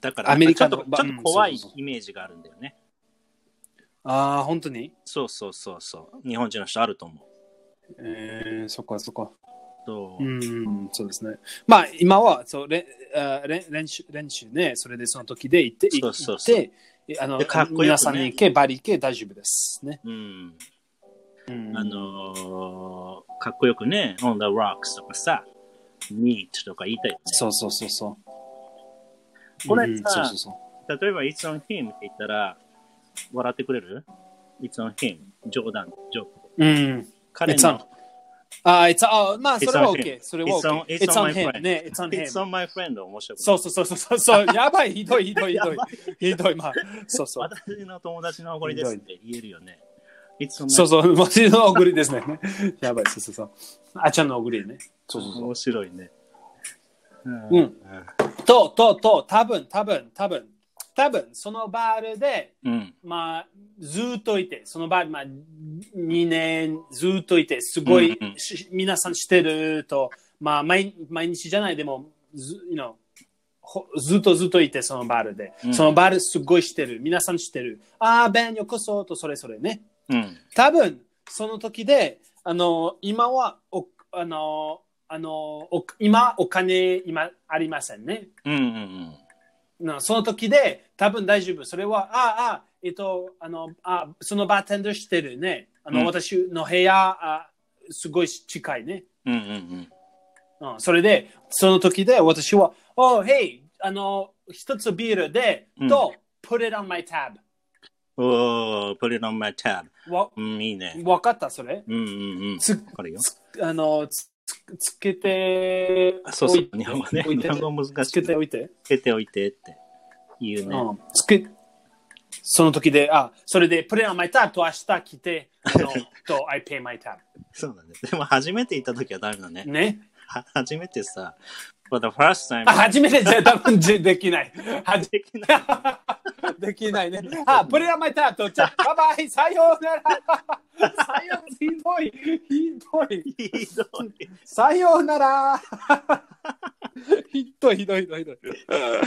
Speaker 1: だから
Speaker 2: アメリカの
Speaker 1: ちょっと
Speaker 2: バ
Speaker 1: ち
Speaker 2: ー
Speaker 1: ょっと怖
Speaker 2: う
Speaker 1: い
Speaker 2: んそうそうそ
Speaker 1: イメージがあるんだよね、
Speaker 2: ああ、本当に
Speaker 1: そうそうそうそう日本人の人あると思う
Speaker 2: えー、そっかそっか。
Speaker 1: そう、
Speaker 2: うん、そうですね。まあ、今はそうれあれ練習練習ね、それでその時で行って、
Speaker 1: そ
Speaker 2: 行
Speaker 1: うそう
Speaker 2: っ
Speaker 1: そう
Speaker 2: て、あの
Speaker 1: でかっこよくね
Speaker 2: 皆さんに行け、バリ行け、大丈夫です。ね。
Speaker 1: うん
Speaker 2: うん
Speaker 1: あのーかっこよくね On the rocks とかさ Neat とか言いたいよね
Speaker 2: そうそうそうそう。
Speaker 1: これ
Speaker 2: う
Speaker 1: さ
Speaker 2: んそうそうそ
Speaker 1: 例えば、It's on him って言ったら、笑ってくれる ?It's on him. 冗談、ジョーク。
Speaker 2: う。うん。
Speaker 1: 彼
Speaker 2: It's
Speaker 1: の
Speaker 2: on- あ、いつあ、まあ、
Speaker 1: It's
Speaker 2: それは
Speaker 1: on him.
Speaker 2: OK。それは OK。
Speaker 1: It's on-
Speaker 2: It's
Speaker 1: it's
Speaker 2: on
Speaker 1: on my
Speaker 2: him.
Speaker 1: friend.
Speaker 2: ね、It's on
Speaker 1: It's
Speaker 2: him.
Speaker 1: on my friend 面白くない
Speaker 2: そうそうそうそう
Speaker 1: *laughs*
Speaker 2: そう。やばい、ひどい、ひどい、ひどい
Speaker 1: やば。
Speaker 2: ひどい、まあ。そうそう。
Speaker 1: 私の友達のおごりですって言えるよね。It's on my
Speaker 2: そうそう、私のおぐりですね。 *laughs* やばい、そうそうそう。あちゃんのおぐりね。そうそうそう。
Speaker 1: 面白いね。
Speaker 2: うんと、と、と、多分多分多分多分そのバールで、
Speaker 1: うん。
Speaker 2: まあ、ずっといて、そのバール、まあ、2年ずっといて、すごい、
Speaker 1: うんうん
Speaker 2: し皆さん知ってると、まあ、毎毎日じゃない、でも、ず, you know ほ、ずっとずっといて、そのバールで。
Speaker 1: うん
Speaker 2: そのバールすごい知ってる。皆さん知ってる。ああ、ベンようこそ、と、それそれね。
Speaker 1: うん。
Speaker 2: 多分その時であの今はおあのあのお今お金今ありませんね
Speaker 1: うん。うん。
Speaker 2: なその時で多分大丈夫それはああえっとあのあそのバーテンダーしてるねあの、
Speaker 1: うん
Speaker 2: 私の部屋あすごい近いね、
Speaker 1: うん。うん。
Speaker 2: うん、それでその時で私は「Oh hey あの一つビールで、
Speaker 1: うん
Speaker 2: と put it on my tab
Speaker 1: うん。おー、put it on my tab.
Speaker 2: わ
Speaker 1: うん、いいね。
Speaker 2: わかったそれ
Speaker 1: うんうんうん。
Speaker 2: つ
Speaker 1: わかるよ。
Speaker 2: つあのつつつけて
Speaker 1: そう
Speaker 2: お
Speaker 1: そ。
Speaker 2: いう
Speaker 1: 日本語ね。
Speaker 2: 置いて
Speaker 1: 日本語難し
Speaker 2: つけ
Speaker 1: い。
Speaker 2: ておいて、
Speaker 1: つけておいてって言うね。
Speaker 2: うん、つけその時であそれでプレイ on my tab と明日来てあのと I pay my tab
Speaker 1: そうだね。でも初めて行った時はダメだね。
Speaker 2: ね
Speaker 1: は初めてさ、for the first time
Speaker 2: あ初めてじゃ多分じできないはじ
Speaker 1: できない
Speaker 2: できないねあプレイ on my tab とじゃバイバイさようならさようひどいひどい
Speaker 1: ひどい。
Speaker 2: さようならひどいひどいひどいひどい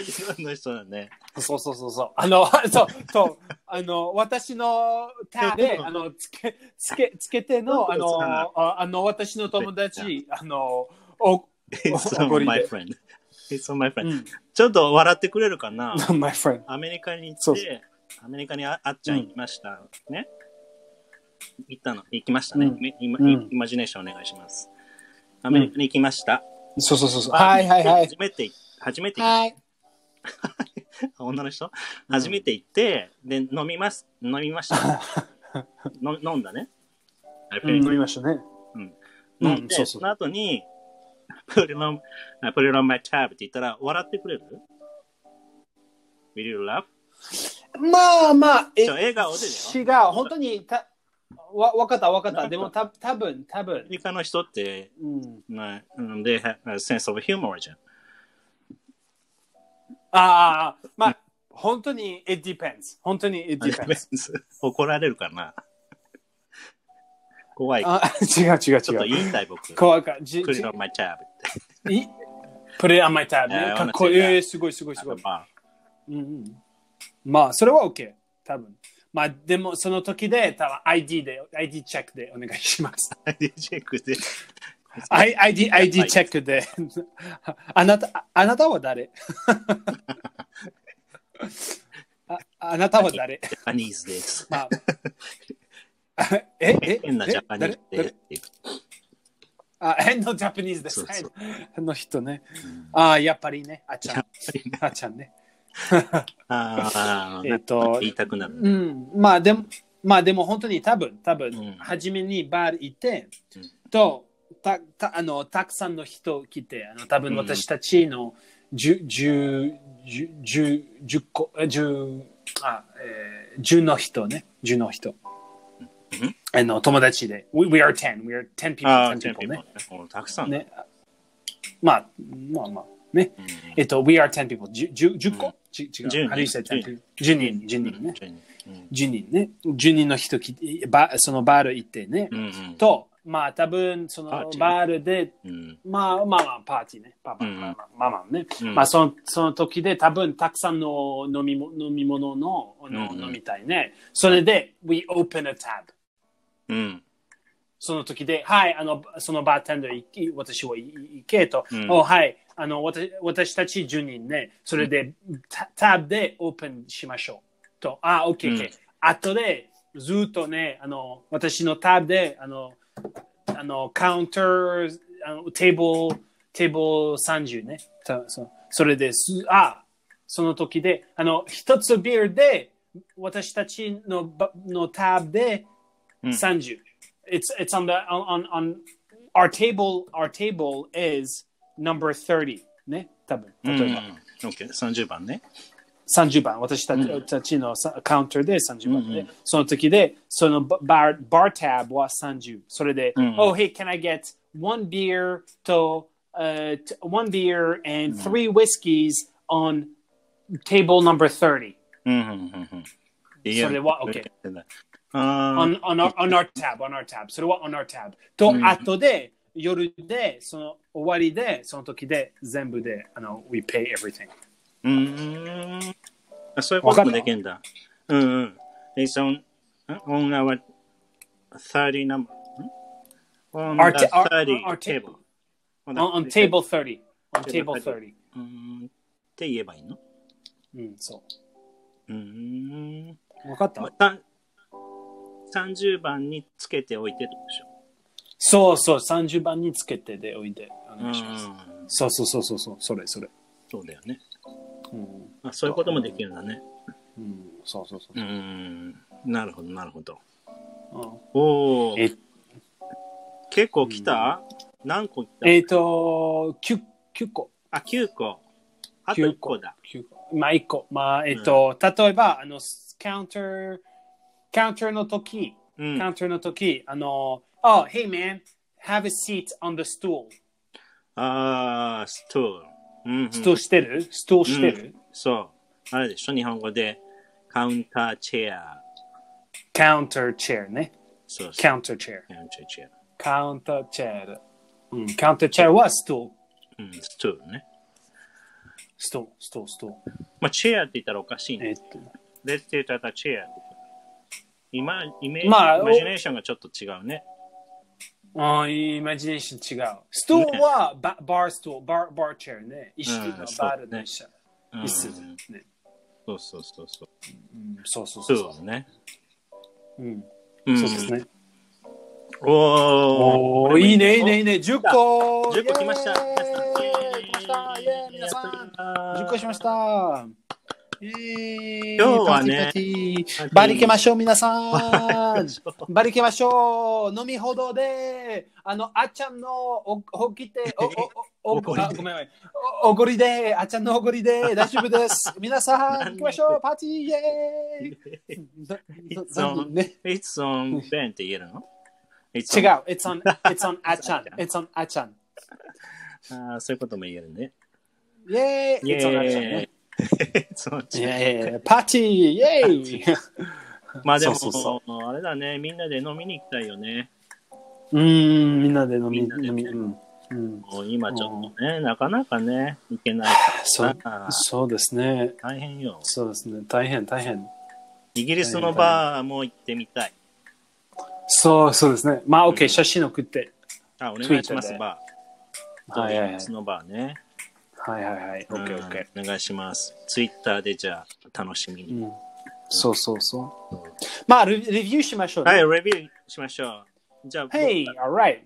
Speaker 1: ひどいの人だね。
Speaker 2: そうそうそうそう。あの、 *laughs* そう、そう、あの、私のタ
Speaker 1: で
Speaker 2: で、
Speaker 1: も
Speaker 2: あの、つけ、つけ、つけての、あ
Speaker 1: そ
Speaker 2: の、
Speaker 1: うさ
Speaker 2: ああの、私の友達、あの、お、
Speaker 1: It's
Speaker 2: *laughs* おご
Speaker 1: on
Speaker 2: り
Speaker 1: my
Speaker 2: で
Speaker 1: friend. It's on my
Speaker 2: う
Speaker 1: friend.
Speaker 2: ん、
Speaker 1: ちょっと笑ってくれる
Speaker 2: *laughs*
Speaker 1: かな
Speaker 2: my friend。
Speaker 1: アメリカに行
Speaker 2: そ
Speaker 1: っ
Speaker 2: う
Speaker 1: て、アメリカにああっちゃん行きました。ね行ったの、行きましたね。
Speaker 2: うん
Speaker 1: イイマ
Speaker 2: うん
Speaker 1: イマジネーションお願いします。アメリカに行きました。
Speaker 2: そうそうそうそう。はいはいはい
Speaker 1: 初。めて、初めて、
Speaker 2: はい。
Speaker 1: 女の人
Speaker 2: ん
Speaker 1: 初めて行って、で、飲みます、飲みま
Speaker 2: *laughs*
Speaker 1: した。の飲んだね。
Speaker 2: 飲みましたね。
Speaker 1: 飲ん
Speaker 2: うん
Speaker 1: で、
Speaker 2: そうそ
Speaker 1: そうの後に、put it on, put it on my tab って言ったら、笑ってくれる ?Will you laugh?
Speaker 2: まあまあ、え
Speaker 1: じゃあ笑顔でだよ
Speaker 2: 違う、本当に、た、わ、わかったわかった。でも、た、多分多
Speaker 1: ア
Speaker 2: 分
Speaker 1: メリカの人って、
Speaker 2: うん。
Speaker 1: まあ、うん、they have a sense of humor じゃん。
Speaker 2: ああ、まあ、本当に it depends。本当に it
Speaker 1: あれ
Speaker 2: depends。
Speaker 1: 怒られるかな怖い。ち
Speaker 2: あ、違う違
Speaker 1: ょっ
Speaker 2: う
Speaker 1: と
Speaker 2: 違う。
Speaker 1: 言いたい僕。ク
Speaker 2: 怖いから。じ
Speaker 1: リ
Speaker 2: じ
Speaker 1: のマチャーブって。
Speaker 2: いプレイアマイターね
Speaker 1: えー
Speaker 2: かっこいい。
Speaker 1: 同じだ
Speaker 2: えーすごいすごいす
Speaker 1: あ
Speaker 2: ご
Speaker 1: と
Speaker 2: い。
Speaker 1: まあ、
Speaker 2: うんうん、まあ、それは OK。多分。まあ、でも、その時で、多分 ID で、ID チェックでお願いします。
Speaker 1: *laughs* ID チェックで。
Speaker 2: I- ID、ID チェックで。あなた、ああなたは誰 *laughs* ああなたは誰
Speaker 1: ジャパニーズです。
Speaker 2: まあ、ええ
Speaker 1: 変なジャパニーズ
Speaker 2: え誰
Speaker 1: です
Speaker 2: 誰。あ変なジャパニーズです。
Speaker 1: そうそう
Speaker 2: はいあの人ね。ああ、やっぱりね。あちゃん。あちゃんね。
Speaker 1: ああ、
Speaker 2: え
Speaker 1: な
Speaker 2: っ
Speaker 1: ん
Speaker 2: と
Speaker 1: か言いたくなる。
Speaker 2: うん、まあでも、まあでも本当に多分、多分、
Speaker 1: うん
Speaker 2: 初めにバー行って、
Speaker 1: う
Speaker 2: と、た、た、あの、たくさんの人来て、あの、多分
Speaker 1: うん
Speaker 2: 私たちの10、十十十十個、え十、あ、えー、十の人ね、十の人。あの、友達で、we, we are ten, we are ten people,
Speaker 1: ああ、
Speaker 2: 10
Speaker 1: チェン
Speaker 2: people
Speaker 1: ピ
Speaker 2: ね。
Speaker 1: もうたくさん。
Speaker 2: ね。まあ、まあまあ、ね。
Speaker 1: うん
Speaker 2: えっと、we are ten people, 十十十個、ち違う。
Speaker 1: 10人
Speaker 2: How do you say 10 people? 10人、10人ね。
Speaker 1: うん
Speaker 2: 10人ね、10人の人き、ばそのバール行ってね、
Speaker 1: うんうん
Speaker 2: と、まあ多分その
Speaker 1: パーティー
Speaker 2: バールで、
Speaker 1: うん
Speaker 2: まあまあまあパーティーね、パパ、
Speaker 1: うん
Speaker 2: ママ、ママね、
Speaker 1: うん
Speaker 2: まあそのその時で多分たくさんの飲みも飲み物のあの
Speaker 1: うんうん
Speaker 2: 飲みたいね、それで、we open a tab。
Speaker 1: うん
Speaker 2: その時で、はい、あの、そのバーテンダー行き、私はい行けと、
Speaker 1: うん
Speaker 2: おはい、あの、私私たち10人ね、それで、タタブでオープンしましょう。と、あ、オッケー、オッケ
Speaker 1: う
Speaker 2: ー。あとで、ずっとね、あの、私のタブで、あの、あの、カウンター、あのテーブル、テーブル30ね。たそそれです、あ、その時で、あの、一つビールで、私たちのばのタブで
Speaker 1: うん
Speaker 2: 30。it's it's on the on on, on our table our table is number 30ね多分
Speaker 1: うん。
Speaker 2: 例えば、
Speaker 1: オッケー、30番ね。
Speaker 2: 30番私たち,、
Speaker 1: うん
Speaker 2: たちのさカウンターで30番で、
Speaker 1: うんうん
Speaker 2: その時でそのババーバータブは30それで、
Speaker 1: うんうん
Speaker 2: oh hey can I get one beer と、uh, t- one beer and three whiskeys on table number 30
Speaker 1: うんうんうんうん。い
Speaker 2: それはオッケ
Speaker 1: ー。ああ
Speaker 2: on, on, our, on our tab, on our tab. それは on our tab. と、
Speaker 1: うん
Speaker 2: 後で、夜で、その終わりで、その時で、全部で、あの、we pay everything.
Speaker 1: うーん。あそういうこともできるんだ。うんうん。It's on, on our 30 number. ん On
Speaker 2: Our
Speaker 1: the
Speaker 2: ta- our-
Speaker 1: 30
Speaker 2: our ta-
Speaker 1: table.
Speaker 2: On, on table 30. On table 30.
Speaker 1: うーん。って言えばいいの
Speaker 2: うん、そう
Speaker 1: ーん。
Speaker 2: う。わかった
Speaker 1: また30番につけておいてってことでしょ。
Speaker 2: そうそう、30番につけてでおいで。お
Speaker 1: う
Speaker 2: 願いします。
Speaker 1: ん。
Speaker 2: そうそうそうそうそう、それそれ。
Speaker 1: そうだよね。
Speaker 2: うん、
Speaker 1: あそういうこともできるんだね。
Speaker 2: うん、そうそうそう
Speaker 1: うー。ん。なるほど、なるほど。
Speaker 2: うん
Speaker 1: おお。
Speaker 2: え
Speaker 1: 結構来た、何個来た
Speaker 2: えっ、と、9, 9個。
Speaker 1: あ、9個。あと
Speaker 2: 9
Speaker 1: 1
Speaker 2: 個
Speaker 1: 個だ。。
Speaker 2: 9個。まあ、1個。まあ、えっ、と、例えば、あの、カウンター、カウンターの時、
Speaker 1: うん
Speaker 2: カウンターの時、あの、oh, hey man, have a seat on the stool.
Speaker 1: あー、ストール。うん、うん。
Speaker 2: ストールしてるストールしてる、
Speaker 1: そう。あれでしょ日本語で。カウンターチェア。
Speaker 2: カウンターチェアね。
Speaker 1: そうそう。
Speaker 2: カウンターチェア。
Speaker 1: カウンターチェア。
Speaker 2: カウンターチェア。うん、カウンターチェアはストール。
Speaker 1: うん、ストールね。
Speaker 2: ストール、ストール、ストール。
Speaker 1: まあ、チェアって言ったらおかしい
Speaker 2: え
Speaker 1: ね。
Speaker 2: っと、
Speaker 1: レッツェタタチェア。今、イメージ、
Speaker 2: まあ
Speaker 1: イマジネーションがちょっと違うね。
Speaker 2: あーイマジネーション違う。ストールはババーストール、バーバーチェアね。一緒
Speaker 1: うんそう
Speaker 2: バールの一緒。
Speaker 1: うん
Speaker 2: 椅子ね。
Speaker 1: そうそうそうそう。
Speaker 2: うん、そうそう
Speaker 1: スト
Speaker 2: そう
Speaker 1: ールね。
Speaker 2: う。うん、
Speaker 1: うん
Speaker 2: そうです。ね。
Speaker 1: おー。
Speaker 2: おー、いいね、いいね、いいね。10個
Speaker 1: 10個来ました。。
Speaker 2: イエーイ来ましたイエーイ皆さん10個しましたた。今日
Speaker 1: 今日はね、
Speaker 2: バリケましょう、皆さん。バリケましょう。飲みほどで、あの、あっちゃんのおおきて、お、お、お、お、
Speaker 1: おごり
Speaker 2: あごめんごめんおおごりで、あっちゃんのおごりで、大丈夫です。皆さん、行きましょう。パーティー、イエーイ。なななね
Speaker 1: It's on Ben って言えるの
Speaker 2: 違
Speaker 1: It's
Speaker 2: う
Speaker 1: on。
Speaker 2: It's on, it's on あっちゃん。It's on あっちゃん。
Speaker 1: あーそういうことも言えるね。
Speaker 2: イエーイ。It's on あっちゃんね。
Speaker 1: そう
Speaker 2: いやいやいやパーティーイエーイ
Speaker 1: まあでも
Speaker 2: そうそうそ
Speaker 1: あれだね、みんなで飲みに行きたいよね。
Speaker 2: うーん、みんなで飲み、
Speaker 1: みんなで
Speaker 2: 飲み、うん。うん、
Speaker 1: もう今ちょっとね、なかなかね、行けない
Speaker 2: そ
Speaker 1: か
Speaker 2: う
Speaker 1: ら、
Speaker 2: そうですね。
Speaker 1: 大変よ。
Speaker 2: そうですね。大変、大変。
Speaker 1: イギリスのバーも行ってみたい。
Speaker 2: そう、そうですね。まあ、OK、写真送って。
Speaker 1: あ、お願いします
Speaker 2: Twitter で、
Speaker 1: バー。
Speaker 2: はいはい
Speaker 1: イギ
Speaker 2: はい
Speaker 1: リスのバーね。
Speaker 2: はいはいはい。OK、
Speaker 1: うん
Speaker 2: OK。
Speaker 1: お願いします。ツイッターでじゃあ、楽しみに。
Speaker 2: うん。そうそうそう。まあ、レレビューしましょうね。
Speaker 1: はい、レビューしましょう。じゃあ、
Speaker 2: Hey,
Speaker 1: *laughs*
Speaker 2: alright.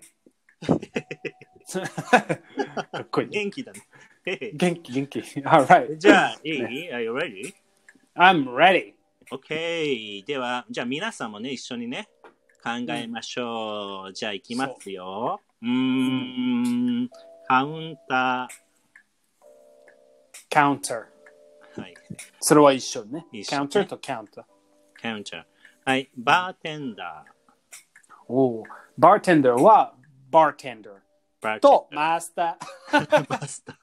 Speaker 2: かっこいいね。
Speaker 1: 元気だね。Hey.
Speaker 2: 元気、元気。Alright.
Speaker 1: じゃあ、いい ?Are you ready?
Speaker 2: I'm ready.
Speaker 1: OK。では、じゃあ皆さんもね、一緒にね、考えましょう。じゃあ、行きますよ。うーん、カウンタ
Speaker 2: Counter.
Speaker 1: ー。はい、
Speaker 2: それは一緒ね。
Speaker 1: 一緒ね
Speaker 2: Counter と counter.
Speaker 1: カウンター。はい、バーテンダー。
Speaker 2: おお。Bartender は bartender
Speaker 1: バーテンダー
Speaker 2: とマスター。
Speaker 1: マスター。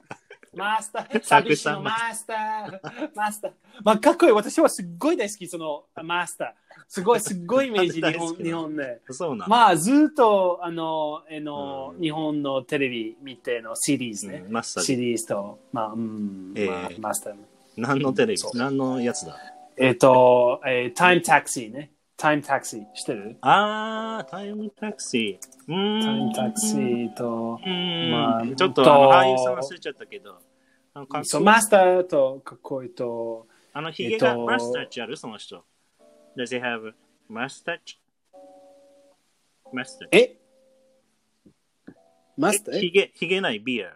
Speaker 2: マスター。
Speaker 1: サ
Speaker 2: 寂
Speaker 1: ク
Speaker 2: しい
Speaker 1: さ
Speaker 2: の
Speaker 1: ん
Speaker 2: マスター。マスター。まあ、かっこいい。私はすっごい大好き、そのマスター。すごい、すっごいイメ
Speaker 1: *laughs*
Speaker 2: ージ、
Speaker 1: 大
Speaker 2: 日
Speaker 1: 好
Speaker 2: 本
Speaker 1: きな
Speaker 2: 日本で。
Speaker 1: そうなの、
Speaker 2: まあ、ずっと、あの、えの、
Speaker 1: うん
Speaker 2: 日本のテレビ見てのシリーズ
Speaker 1: う
Speaker 2: ね。
Speaker 1: んマスタ
Speaker 2: シ
Speaker 1: ー。
Speaker 2: リーズと、まあ、うん、
Speaker 1: ええ
Speaker 2: まあマスターの。
Speaker 1: 何のテレビ
Speaker 2: そう
Speaker 1: 何のやつだ
Speaker 2: えっ、と、えー、タイムタクシーね。タイムタクシー、してる
Speaker 1: あー、タイムタクシー。うーん。
Speaker 2: タイムタクシーと、
Speaker 1: うーん。
Speaker 2: まあ
Speaker 1: ちょっと、
Speaker 2: と
Speaker 1: あの俳優さん忘れちゃったけど。あのかっこいい
Speaker 2: そうマスターと、かっこいいと、
Speaker 1: あの、ヒゲ
Speaker 2: え
Speaker 1: が
Speaker 2: っと
Speaker 1: マスタッチあるその人。Does he have mustache? mustache?
Speaker 2: えマスター
Speaker 1: ヒ
Speaker 2: え
Speaker 1: ゲ、ヒゲないビア。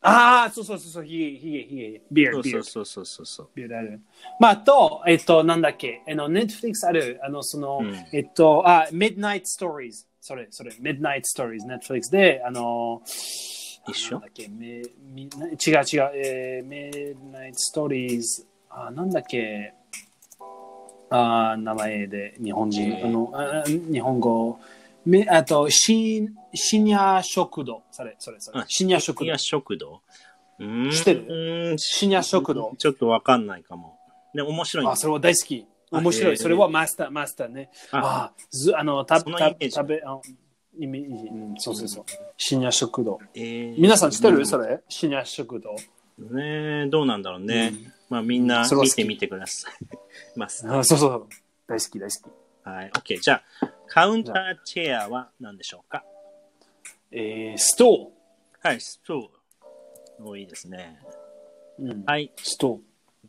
Speaker 2: ああ、そうそうそうそう、ヒゲ、ヒゲ、ヒゲ、ビア
Speaker 1: そ
Speaker 2: ル、
Speaker 1: う
Speaker 2: ビア
Speaker 1: そう
Speaker 2: ル。
Speaker 1: そうそうそうそう。
Speaker 2: ビアルあるまあ、と、えっ、と、なんだっけ、あの、ネットフリックスある、あの、その、
Speaker 1: うん
Speaker 2: えっと、あ、Midnight Stories。それ、それ、Midnight Stories、ネットフリックスで、あの、
Speaker 1: 一緒
Speaker 2: なんだっけめみ違う違う、えー、Midnight Stories、あ、なんだっけ、あー名前で日本人、
Speaker 1: うん
Speaker 2: あのあ日本語、めあと深深夜食堂、それ、それ、それ
Speaker 1: あ、
Speaker 2: 深夜食堂
Speaker 1: いや、、食堂うーん。
Speaker 2: 知ってる
Speaker 1: うーん。
Speaker 2: 深夜食堂。
Speaker 1: ちょっとわかんないかも。ね、面白いね。
Speaker 2: あ、それは大好き。面白
Speaker 1: へ
Speaker 2: い。
Speaker 1: ー
Speaker 2: それはマスター、マスターね。
Speaker 1: あ
Speaker 2: ああ、ず、あの、た
Speaker 1: そ
Speaker 2: ぶ
Speaker 1: の
Speaker 2: ん、
Speaker 1: イメ
Speaker 2: た
Speaker 1: ージ
Speaker 2: 食べ、あのイメージ、うん、そうそうそう。深夜食堂。
Speaker 1: えー
Speaker 2: 皆さん知って
Speaker 1: う
Speaker 2: るそれ深夜食堂。
Speaker 1: ねえどうなんだろうね。まあ、みんな
Speaker 2: それは
Speaker 1: 見
Speaker 2: 好き
Speaker 1: てみてください。 *laughs* ます。
Speaker 2: あそうそう。大好き、大好き。
Speaker 1: はい。OK。じゃあ、カウンターチェアは何でしょうか
Speaker 2: えー、スト
Speaker 1: はい、ストー。もういいですね。
Speaker 2: ー。うん、
Speaker 1: はい。
Speaker 2: スト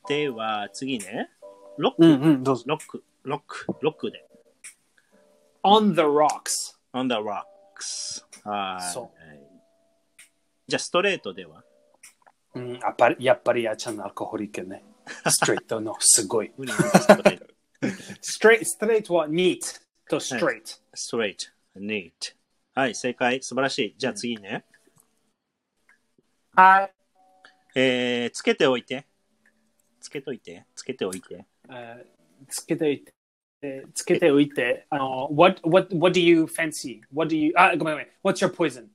Speaker 1: では、次ね。ロッ
Speaker 2: ー。う
Speaker 1: ク、
Speaker 2: んうん、どうぞ。
Speaker 1: ロック、ロック、ロックで。
Speaker 2: on the rocks。
Speaker 1: on the rocks。はい。
Speaker 2: そう
Speaker 1: じゃあ、ストレートでは
Speaker 2: うん、やっぱり、やっぱり、やっちゃんのアルコホリック *laughs* ね。ストレートの、すごい。
Speaker 1: 無理無理ストレート。
Speaker 2: ストレート、ストレートは neat と straight。
Speaker 1: ストレート、ネート。はい、正解。素晴らしい。じゃあ次ね。
Speaker 2: はい。
Speaker 1: えー、つけておいて。つけといて。つけておいて。
Speaker 2: えーつけておいて。えーつけておいて、あの、what, what, what do you fancy? What do you, あ、ごめんごめん。What's your poison?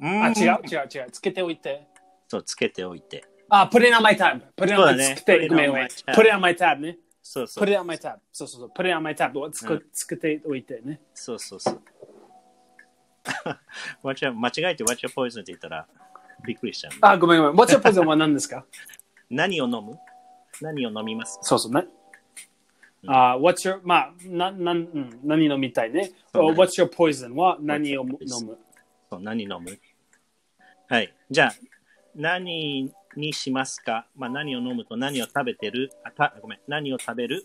Speaker 2: あ、違う違う違う。つけておいて。
Speaker 1: そう、つけておいて。
Speaker 2: あ、put it on my tab. Put it
Speaker 1: そうだ
Speaker 2: on,
Speaker 1: ね
Speaker 2: つけて、ごめんごめん。
Speaker 1: Put it on my
Speaker 2: put it on my tab
Speaker 1: tab
Speaker 2: ね。
Speaker 1: そうそう
Speaker 2: put。it on my tab. そうそうそう。put it on my tab. つ
Speaker 1: う
Speaker 2: けつけておいてね。
Speaker 1: そうそうそう。What's your- 間違えて What's your poison って言ったらびっくりしちゃう。
Speaker 2: あ、ごめんごめん。What's your poison は何ですか
Speaker 1: 何を飲む何を飲みます
Speaker 2: そうそうね。あ、What's your, まあ、な、なん、うん何飲みたいね。
Speaker 1: そうね
Speaker 2: What's your poison は何を
Speaker 1: What's
Speaker 2: 飲
Speaker 1: your poison？
Speaker 2: む
Speaker 1: そう何飲むはい。じゃあ、何にしますかまあ何を飲むと何を食べてるあたごめん。何を食べる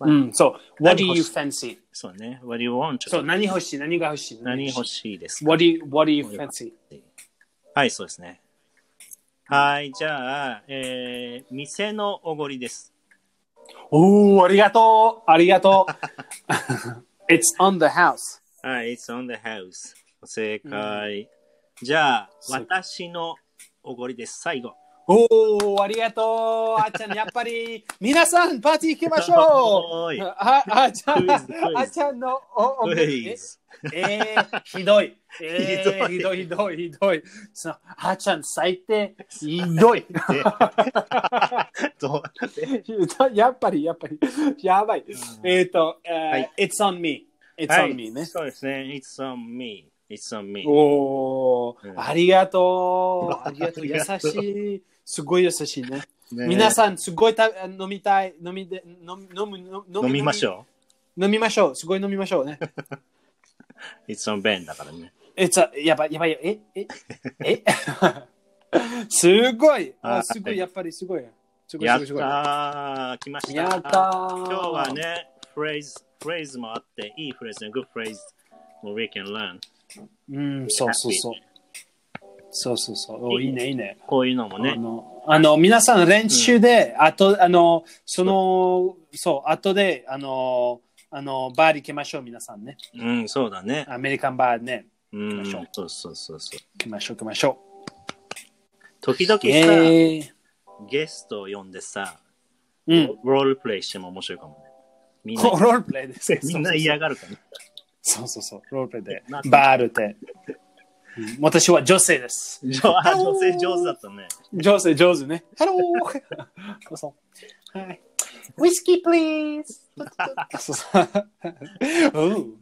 Speaker 2: うん、そう。What
Speaker 1: 何
Speaker 2: do
Speaker 1: 欲
Speaker 2: you
Speaker 1: しい
Speaker 2: fancy?
Speaker 1: そうね。What do you want?
Speaker 2: そう、何欲しい何が欲しい
Speaker 1: 何欲しいですか
Speaker 2: What do you, what do you fancy?
Speaker 1: はい、そうですね。はい、じゃあ、えー、店のおごりです。
Speaker 2: おー、ありがとうありがとう *laughs* It's on the house.
Speaker 1: はい、it's on the house。正解。じゃあ、
Speaker 2: そう
Speaker 1: 私のおごりです。最後。
Speaker 2: おお、ありがとう。あっちゃん、やっぱり、皆さん、パーティー行きましょ
Speaker 1: *laughs*
Speaker 2: う。
Speaker 1: おーい
Speaker 2: ああっちゃん、
Speaker 1: クイズクイズ
Speaker 2: あっちゃんの、お、お、
Speaker 1: クイ
Speaker 2: え *laughs*
Speaker 1: ズ
Speaker 2: えー、ひどい。えー、
Speaker 1: ひ
Speaker 2: ひ
Speaker 1: ど
Speaker 2: ど
Speaker 1: い
Speaker 2: い、ひどい、ひどい。そうあっちゃん、最低。ひど *laughs* い。
Speaker 1: でどう
Speaker 2: やっぱり、やっぱり、やばい。えっ、ー、と、えー
Speaker 1: はい
Speaker 2: eh, It's on me. It's
Speaker 1: はい
Speaker 2: on me ね。
Speaker 1: そうですね。It's on me. It's on me.
Speaker 2: おお、
Speaker 1: うん
Speaker 2: ありがと *laughs* う。ありがとう。
Speaker 1: あり
Speaker 2: 優
Speaker 1: がとう
Speaker 2: しい。すごい優しいね。
Speaker 1: ね
Speaker 2: 皆さん、すごいた飲みたい。飲みで飲み飲む飲み
Speaker 1: 飲みましょ
Speaker 2: う。飲みましょう。すごい飲みましょうね。
Speaker 1: う。It's on Ben だからね。
Speaker 2: えつやばいやばいよ。えええ *laughs* すごい。あ
Speaker 1: はい
Speaker 2: すごい。やっぱりすごい。すごい
Speaker 1: や
Speaker 2: す
Speaker 1: っ
Speaker 2: ごいすご
Speaker 1: た
Speaker 2: い。
Speaker 1: ー来ました
Speaker 2: やった
Speaker 1: 今
Speaker 2: 今
Speaker 1: 日は。ね、フレーズ、フレーズもあって、いいフレーズね、good phrase w we can learn。
Speaker 2: うん、そうそうそう。そうそうそう。おいいね、いいね。
Speaker 1: こういうのも
Speaker 2: あ
Speaker 1: ね、
Speaker 2: の、あの皆さん練習で、あと、あの、その、そう、あとで、あの、あの、バーに行きましょう、皆さんね。
Speaker 1: うん、そうだね。
Speaker 2: アメリカンバーね。
Speaker 1: う
Speaker 2: 行き
Speaker 1: ん
Speaker 2: ましょう、
Speaker 1: そうそうそうそう。
Speaker 2: 行きましょう、行きましょ
Speaker 1: 時々さ、
Speaker 2: う。えー、
Speaker 1: ゲストを呼んでさ、
Speaker 2: うん。
Speaker 1: ロールプレイしても面白いかもね。みん
Speaker 2: こ
Speaker 1: な
Speaker 2: うロールプレイです。
Speaker 1: みんな嫌がるからね。
Speaker 2: そうそうそう、ロールプレイで
Speaker 1: なん。か
Speaker 2: バールって。うん私は女性です。
Speaker 1: あ女性上手だったね。
Speaker 2: 女性上手ね。ハロー *laughs* そうそう。はい。ウイスキー、プリーズそう
Speaker 1: *laughs*
Speaker 2: そう。うん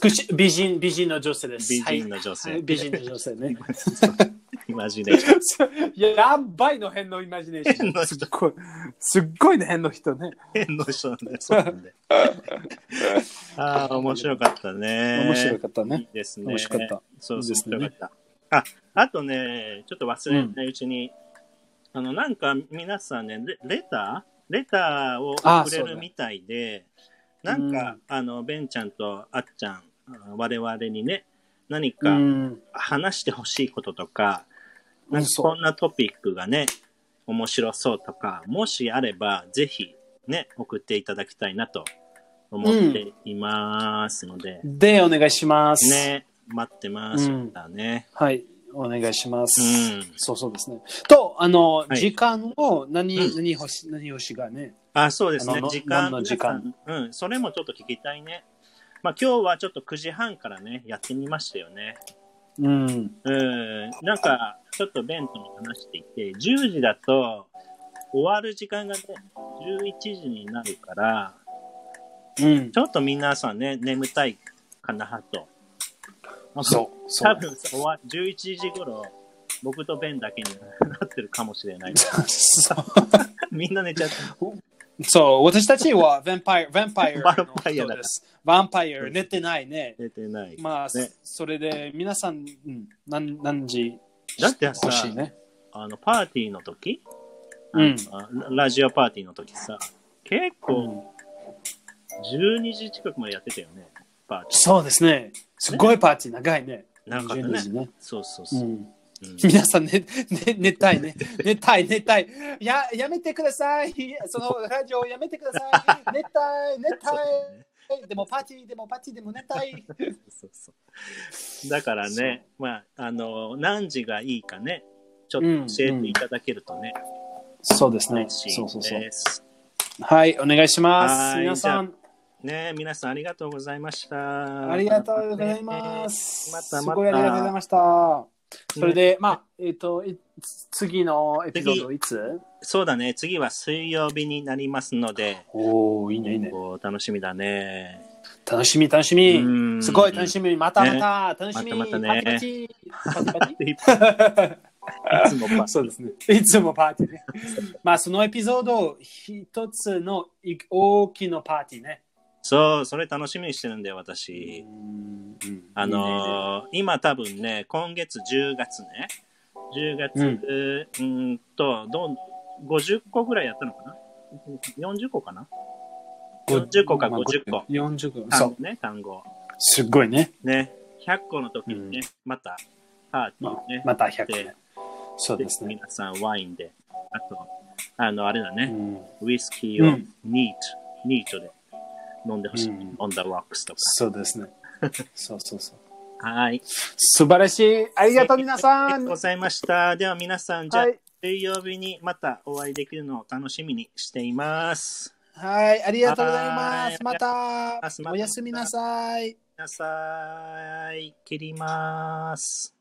Speaker 2: 美しい、美人、美人の女性です。
Speaker 1: 美人の女性
Speaker 2: はいはい美人の女性ね。
Speaker 1: イマジネーショ
Speaker 2: *laughs*
Speaker 1: ン。
Speaker 2: やばいの変のイマジネ *laughs* ーショ
Speaker 1: 変
Speaker 2: ン。
Speaker 1: の人
Speaker 2: すっごい、すっごいね、変の人ね。
Speaker 1: 変の人なんで、そうなんで。ああ、面白かったね。
Speaker 2: 面白かった
Speaker 1: い
Speaker 2: ね
Speaker 1: い。ですね。
Speaker 2: 面白かった。
Speaker 1: そう
Speaker 2: いい
Speaker 1: そ
Speaker 2: で
Speaker 1: う、
Speaker 2: す
Speaker 1: 面
Speaker 2: ね
Speaker 1: 白かった。あ、あとね、ちょっと忘れないうちに、あの、なんか皆さんね、レレターレターを
Speaker 2: あ
Speaker 1: 送れ
Speaker 2: そうだ
Speaker 1: るみたいで、なんか、あの、ベンちゃんとあっちゃん、あ我々にね、何
Speaker 2: う
Speaker 1: か
Speaker 2: ん。
Speaker 1: 話してほしいこととか、
Speaker 2: うん
Speaker 1: なんか
Speaker 2: そう
Speaker 1: こんなトピックがね、面白そうとか、もしあれば、ぜひね、送っていただきたいなと思っていますので、
Speaker 2: で、お願いします。
Speaker 1: ね、待ってます
Speaker 2: うん
Speaker 1: だね。
Speaker 2: はい、お願いします。
Speaker 1: うん
Speaker 2: そうそうですね。と、あの、
Speaker 1: い
Speaker 2: 時間を何、
Speaker 1: うん
Speaker 2: 何星、何星がね。
Speaker 1: あ、そうです
Speaker 2: あ
Speaker 1: ね
Speaker 2: の。
Speaker 1: 時間。
Speaker 2: 何の時間
Speaker 1: うん、それもちょっと聞きたいね。まあ今日はちょっと9時半からね、やってみましたよね。
Speaker 2: うん。
Speaker 1: うん、なんか、ちょっとベンとも話していて、10時だと終わる時間がね、11時になるから、
Speaker 2: うん
Speaker 1: ち。ょっと皆さんね、眠たいかなと。
Speaker 2: そう、そ
Speaker 1: 多
Speaker 2: う。
Speaker 1: 分終わ11時頃、僕とベンだけになってるかもしれない。 *laughs* みんな寝ちゃった。
Speaker 2: そう、私たちは、ヴァン *laughs* パイア、ヴァンパイア
Speaker 1: ヴァンパイアだ
Speaker 2: の
Speaker 1: から
Speaker 2: 人です。ヴァンパイア、寝てないね。
Speaker 1: 寝てない。
Speaker 2: まあ、
Speaker 1: ね
Speaker 2: それで、皆さん、うん、何、何時
Speaker 1: だってさ
Speaker 2: 欲しいね。
Speaker 1: あの、パーティーの時、
Speaker 2: うん
Speaker 1: あラジオパーティーの時さ、結
Speaker 2: うん
Speaker 1: 構12時近くまでやってたよね、パーティー。
Speaker 2: そうですね。すごいパーティー、長いね。
Speaker 1: 長かったね
Speaker 2: 12時ね。
Speaker 1: そうそう
Speaker 2: う
Speaker 1: そう。
Speaker 2: ん。
Speaker 1: うん
Speaker 2: 皆さん、ね、ね、寝たいね。寝たい、寝たい。や、やめてください。そのラジオやめてください。寝たい、寝
Speaker 1: そう
Speaker 2: た
Speaker 1: だね
Speaker 2: い。でもパーティー、でもパーティー、でも寝た
Speaker 1: *laughs*
Speaker 2: い。
Speaker 1: そうそうだからね、まあ、あの、何時がいいかね、ちょっと教えていただけるとね、
Speaker 2: そうですね。
Speaker 1: 嬉し
Speaker 2: そうそう
Speaker 1: い
Speaker 2: そう。
Speaker 1: です。
Speaker 2: はい、お願いしま
Speaker 1: は
Speaker 2: す。
Speaker 1: い
Speaker 2: 皆さん、
Speaker 1: ね皆さんありがとうございました。
Speaker 2: ありがとうございま
Speaker 1: ね。
Speaker 2: す。
Speaker 1: またまた
Speaker 2: すごいありがとうございました。それで、まあ、えっ、と、い次のエピソードいつ
Speaker 1: そうだね、次は水曜日になりますので、
Speaker 2: おおいいね、いいね。
Speaker 1: お楽しみだね。
Speaker 2: 楽しみ、楽し
Speaker 1: うん
Speaker 2: み。すごい楽しみ。またまた、楽しみ。
Speaker 1: またまたね
Speaker 2: パチパチ。パチパチ。
Speaker 1: *laughs* いつも *laughs* パス
Speaker 2: そうですね。いつもパーティーね。まあ、そのエピソード、一つのい大きなパーティーね。
Speaker 1: そう、それ楽しみにしてるんだよ、私。あのー今多分ね、今月10月ね、10月、
Speaker 2: う
Speaker 1: うんーん、とどん、50個ぐらいやったのかな ?40 個かな50個か50個。
Speaker 2: 40個。そう
Speaker 1: 単語。ね、単語。
Speaker 2: すっごいね。
Speaker 1: ね、100個の時にね、
Speaker 2: う
Speaker 1: また、パーティー
Speaker 2: ま
Speaker 1: をね、
Speaker 2: また100個
Speaker 1: で
Speaker 2: ね。そう
Speaker 1: で
Speaker 2: ですね。
Speaker 1: 皆さんワインで、あと、あの、あれだ
Speaker 2: う
Speaker 1: ね、
Speaker 2: ん
Speaker 1: ウイスキーを
Speaker 2: うん
Speaker 1: ニート、ニートで飲んでほしい。
Speaker 2: うん
Speaker 1: on the rocks とか。
Speaker 2: そうですね。そうそうそう。
Speaker 1: はい。
Speaker 2: 素晴らしい。ありがとう、皆
Speaker 1: あり
Speaker 2: さ。
Speaker 1: がとうんご
Speaker 2: は
Speaker 1: ざいました。では皆さん、じゃあ、
Speaker 2: い。
Speaker 1: 水曜日にまたお会いできるのを楽しみにしています。
Speaker 2: はい。ありがとうございま
Speaker 1: はい
Speaker 2: す。また
Speaker 1: ありがとうございますま、た
Speaker 2: おやすみなさい。
Speaker 1: なさい。切ります。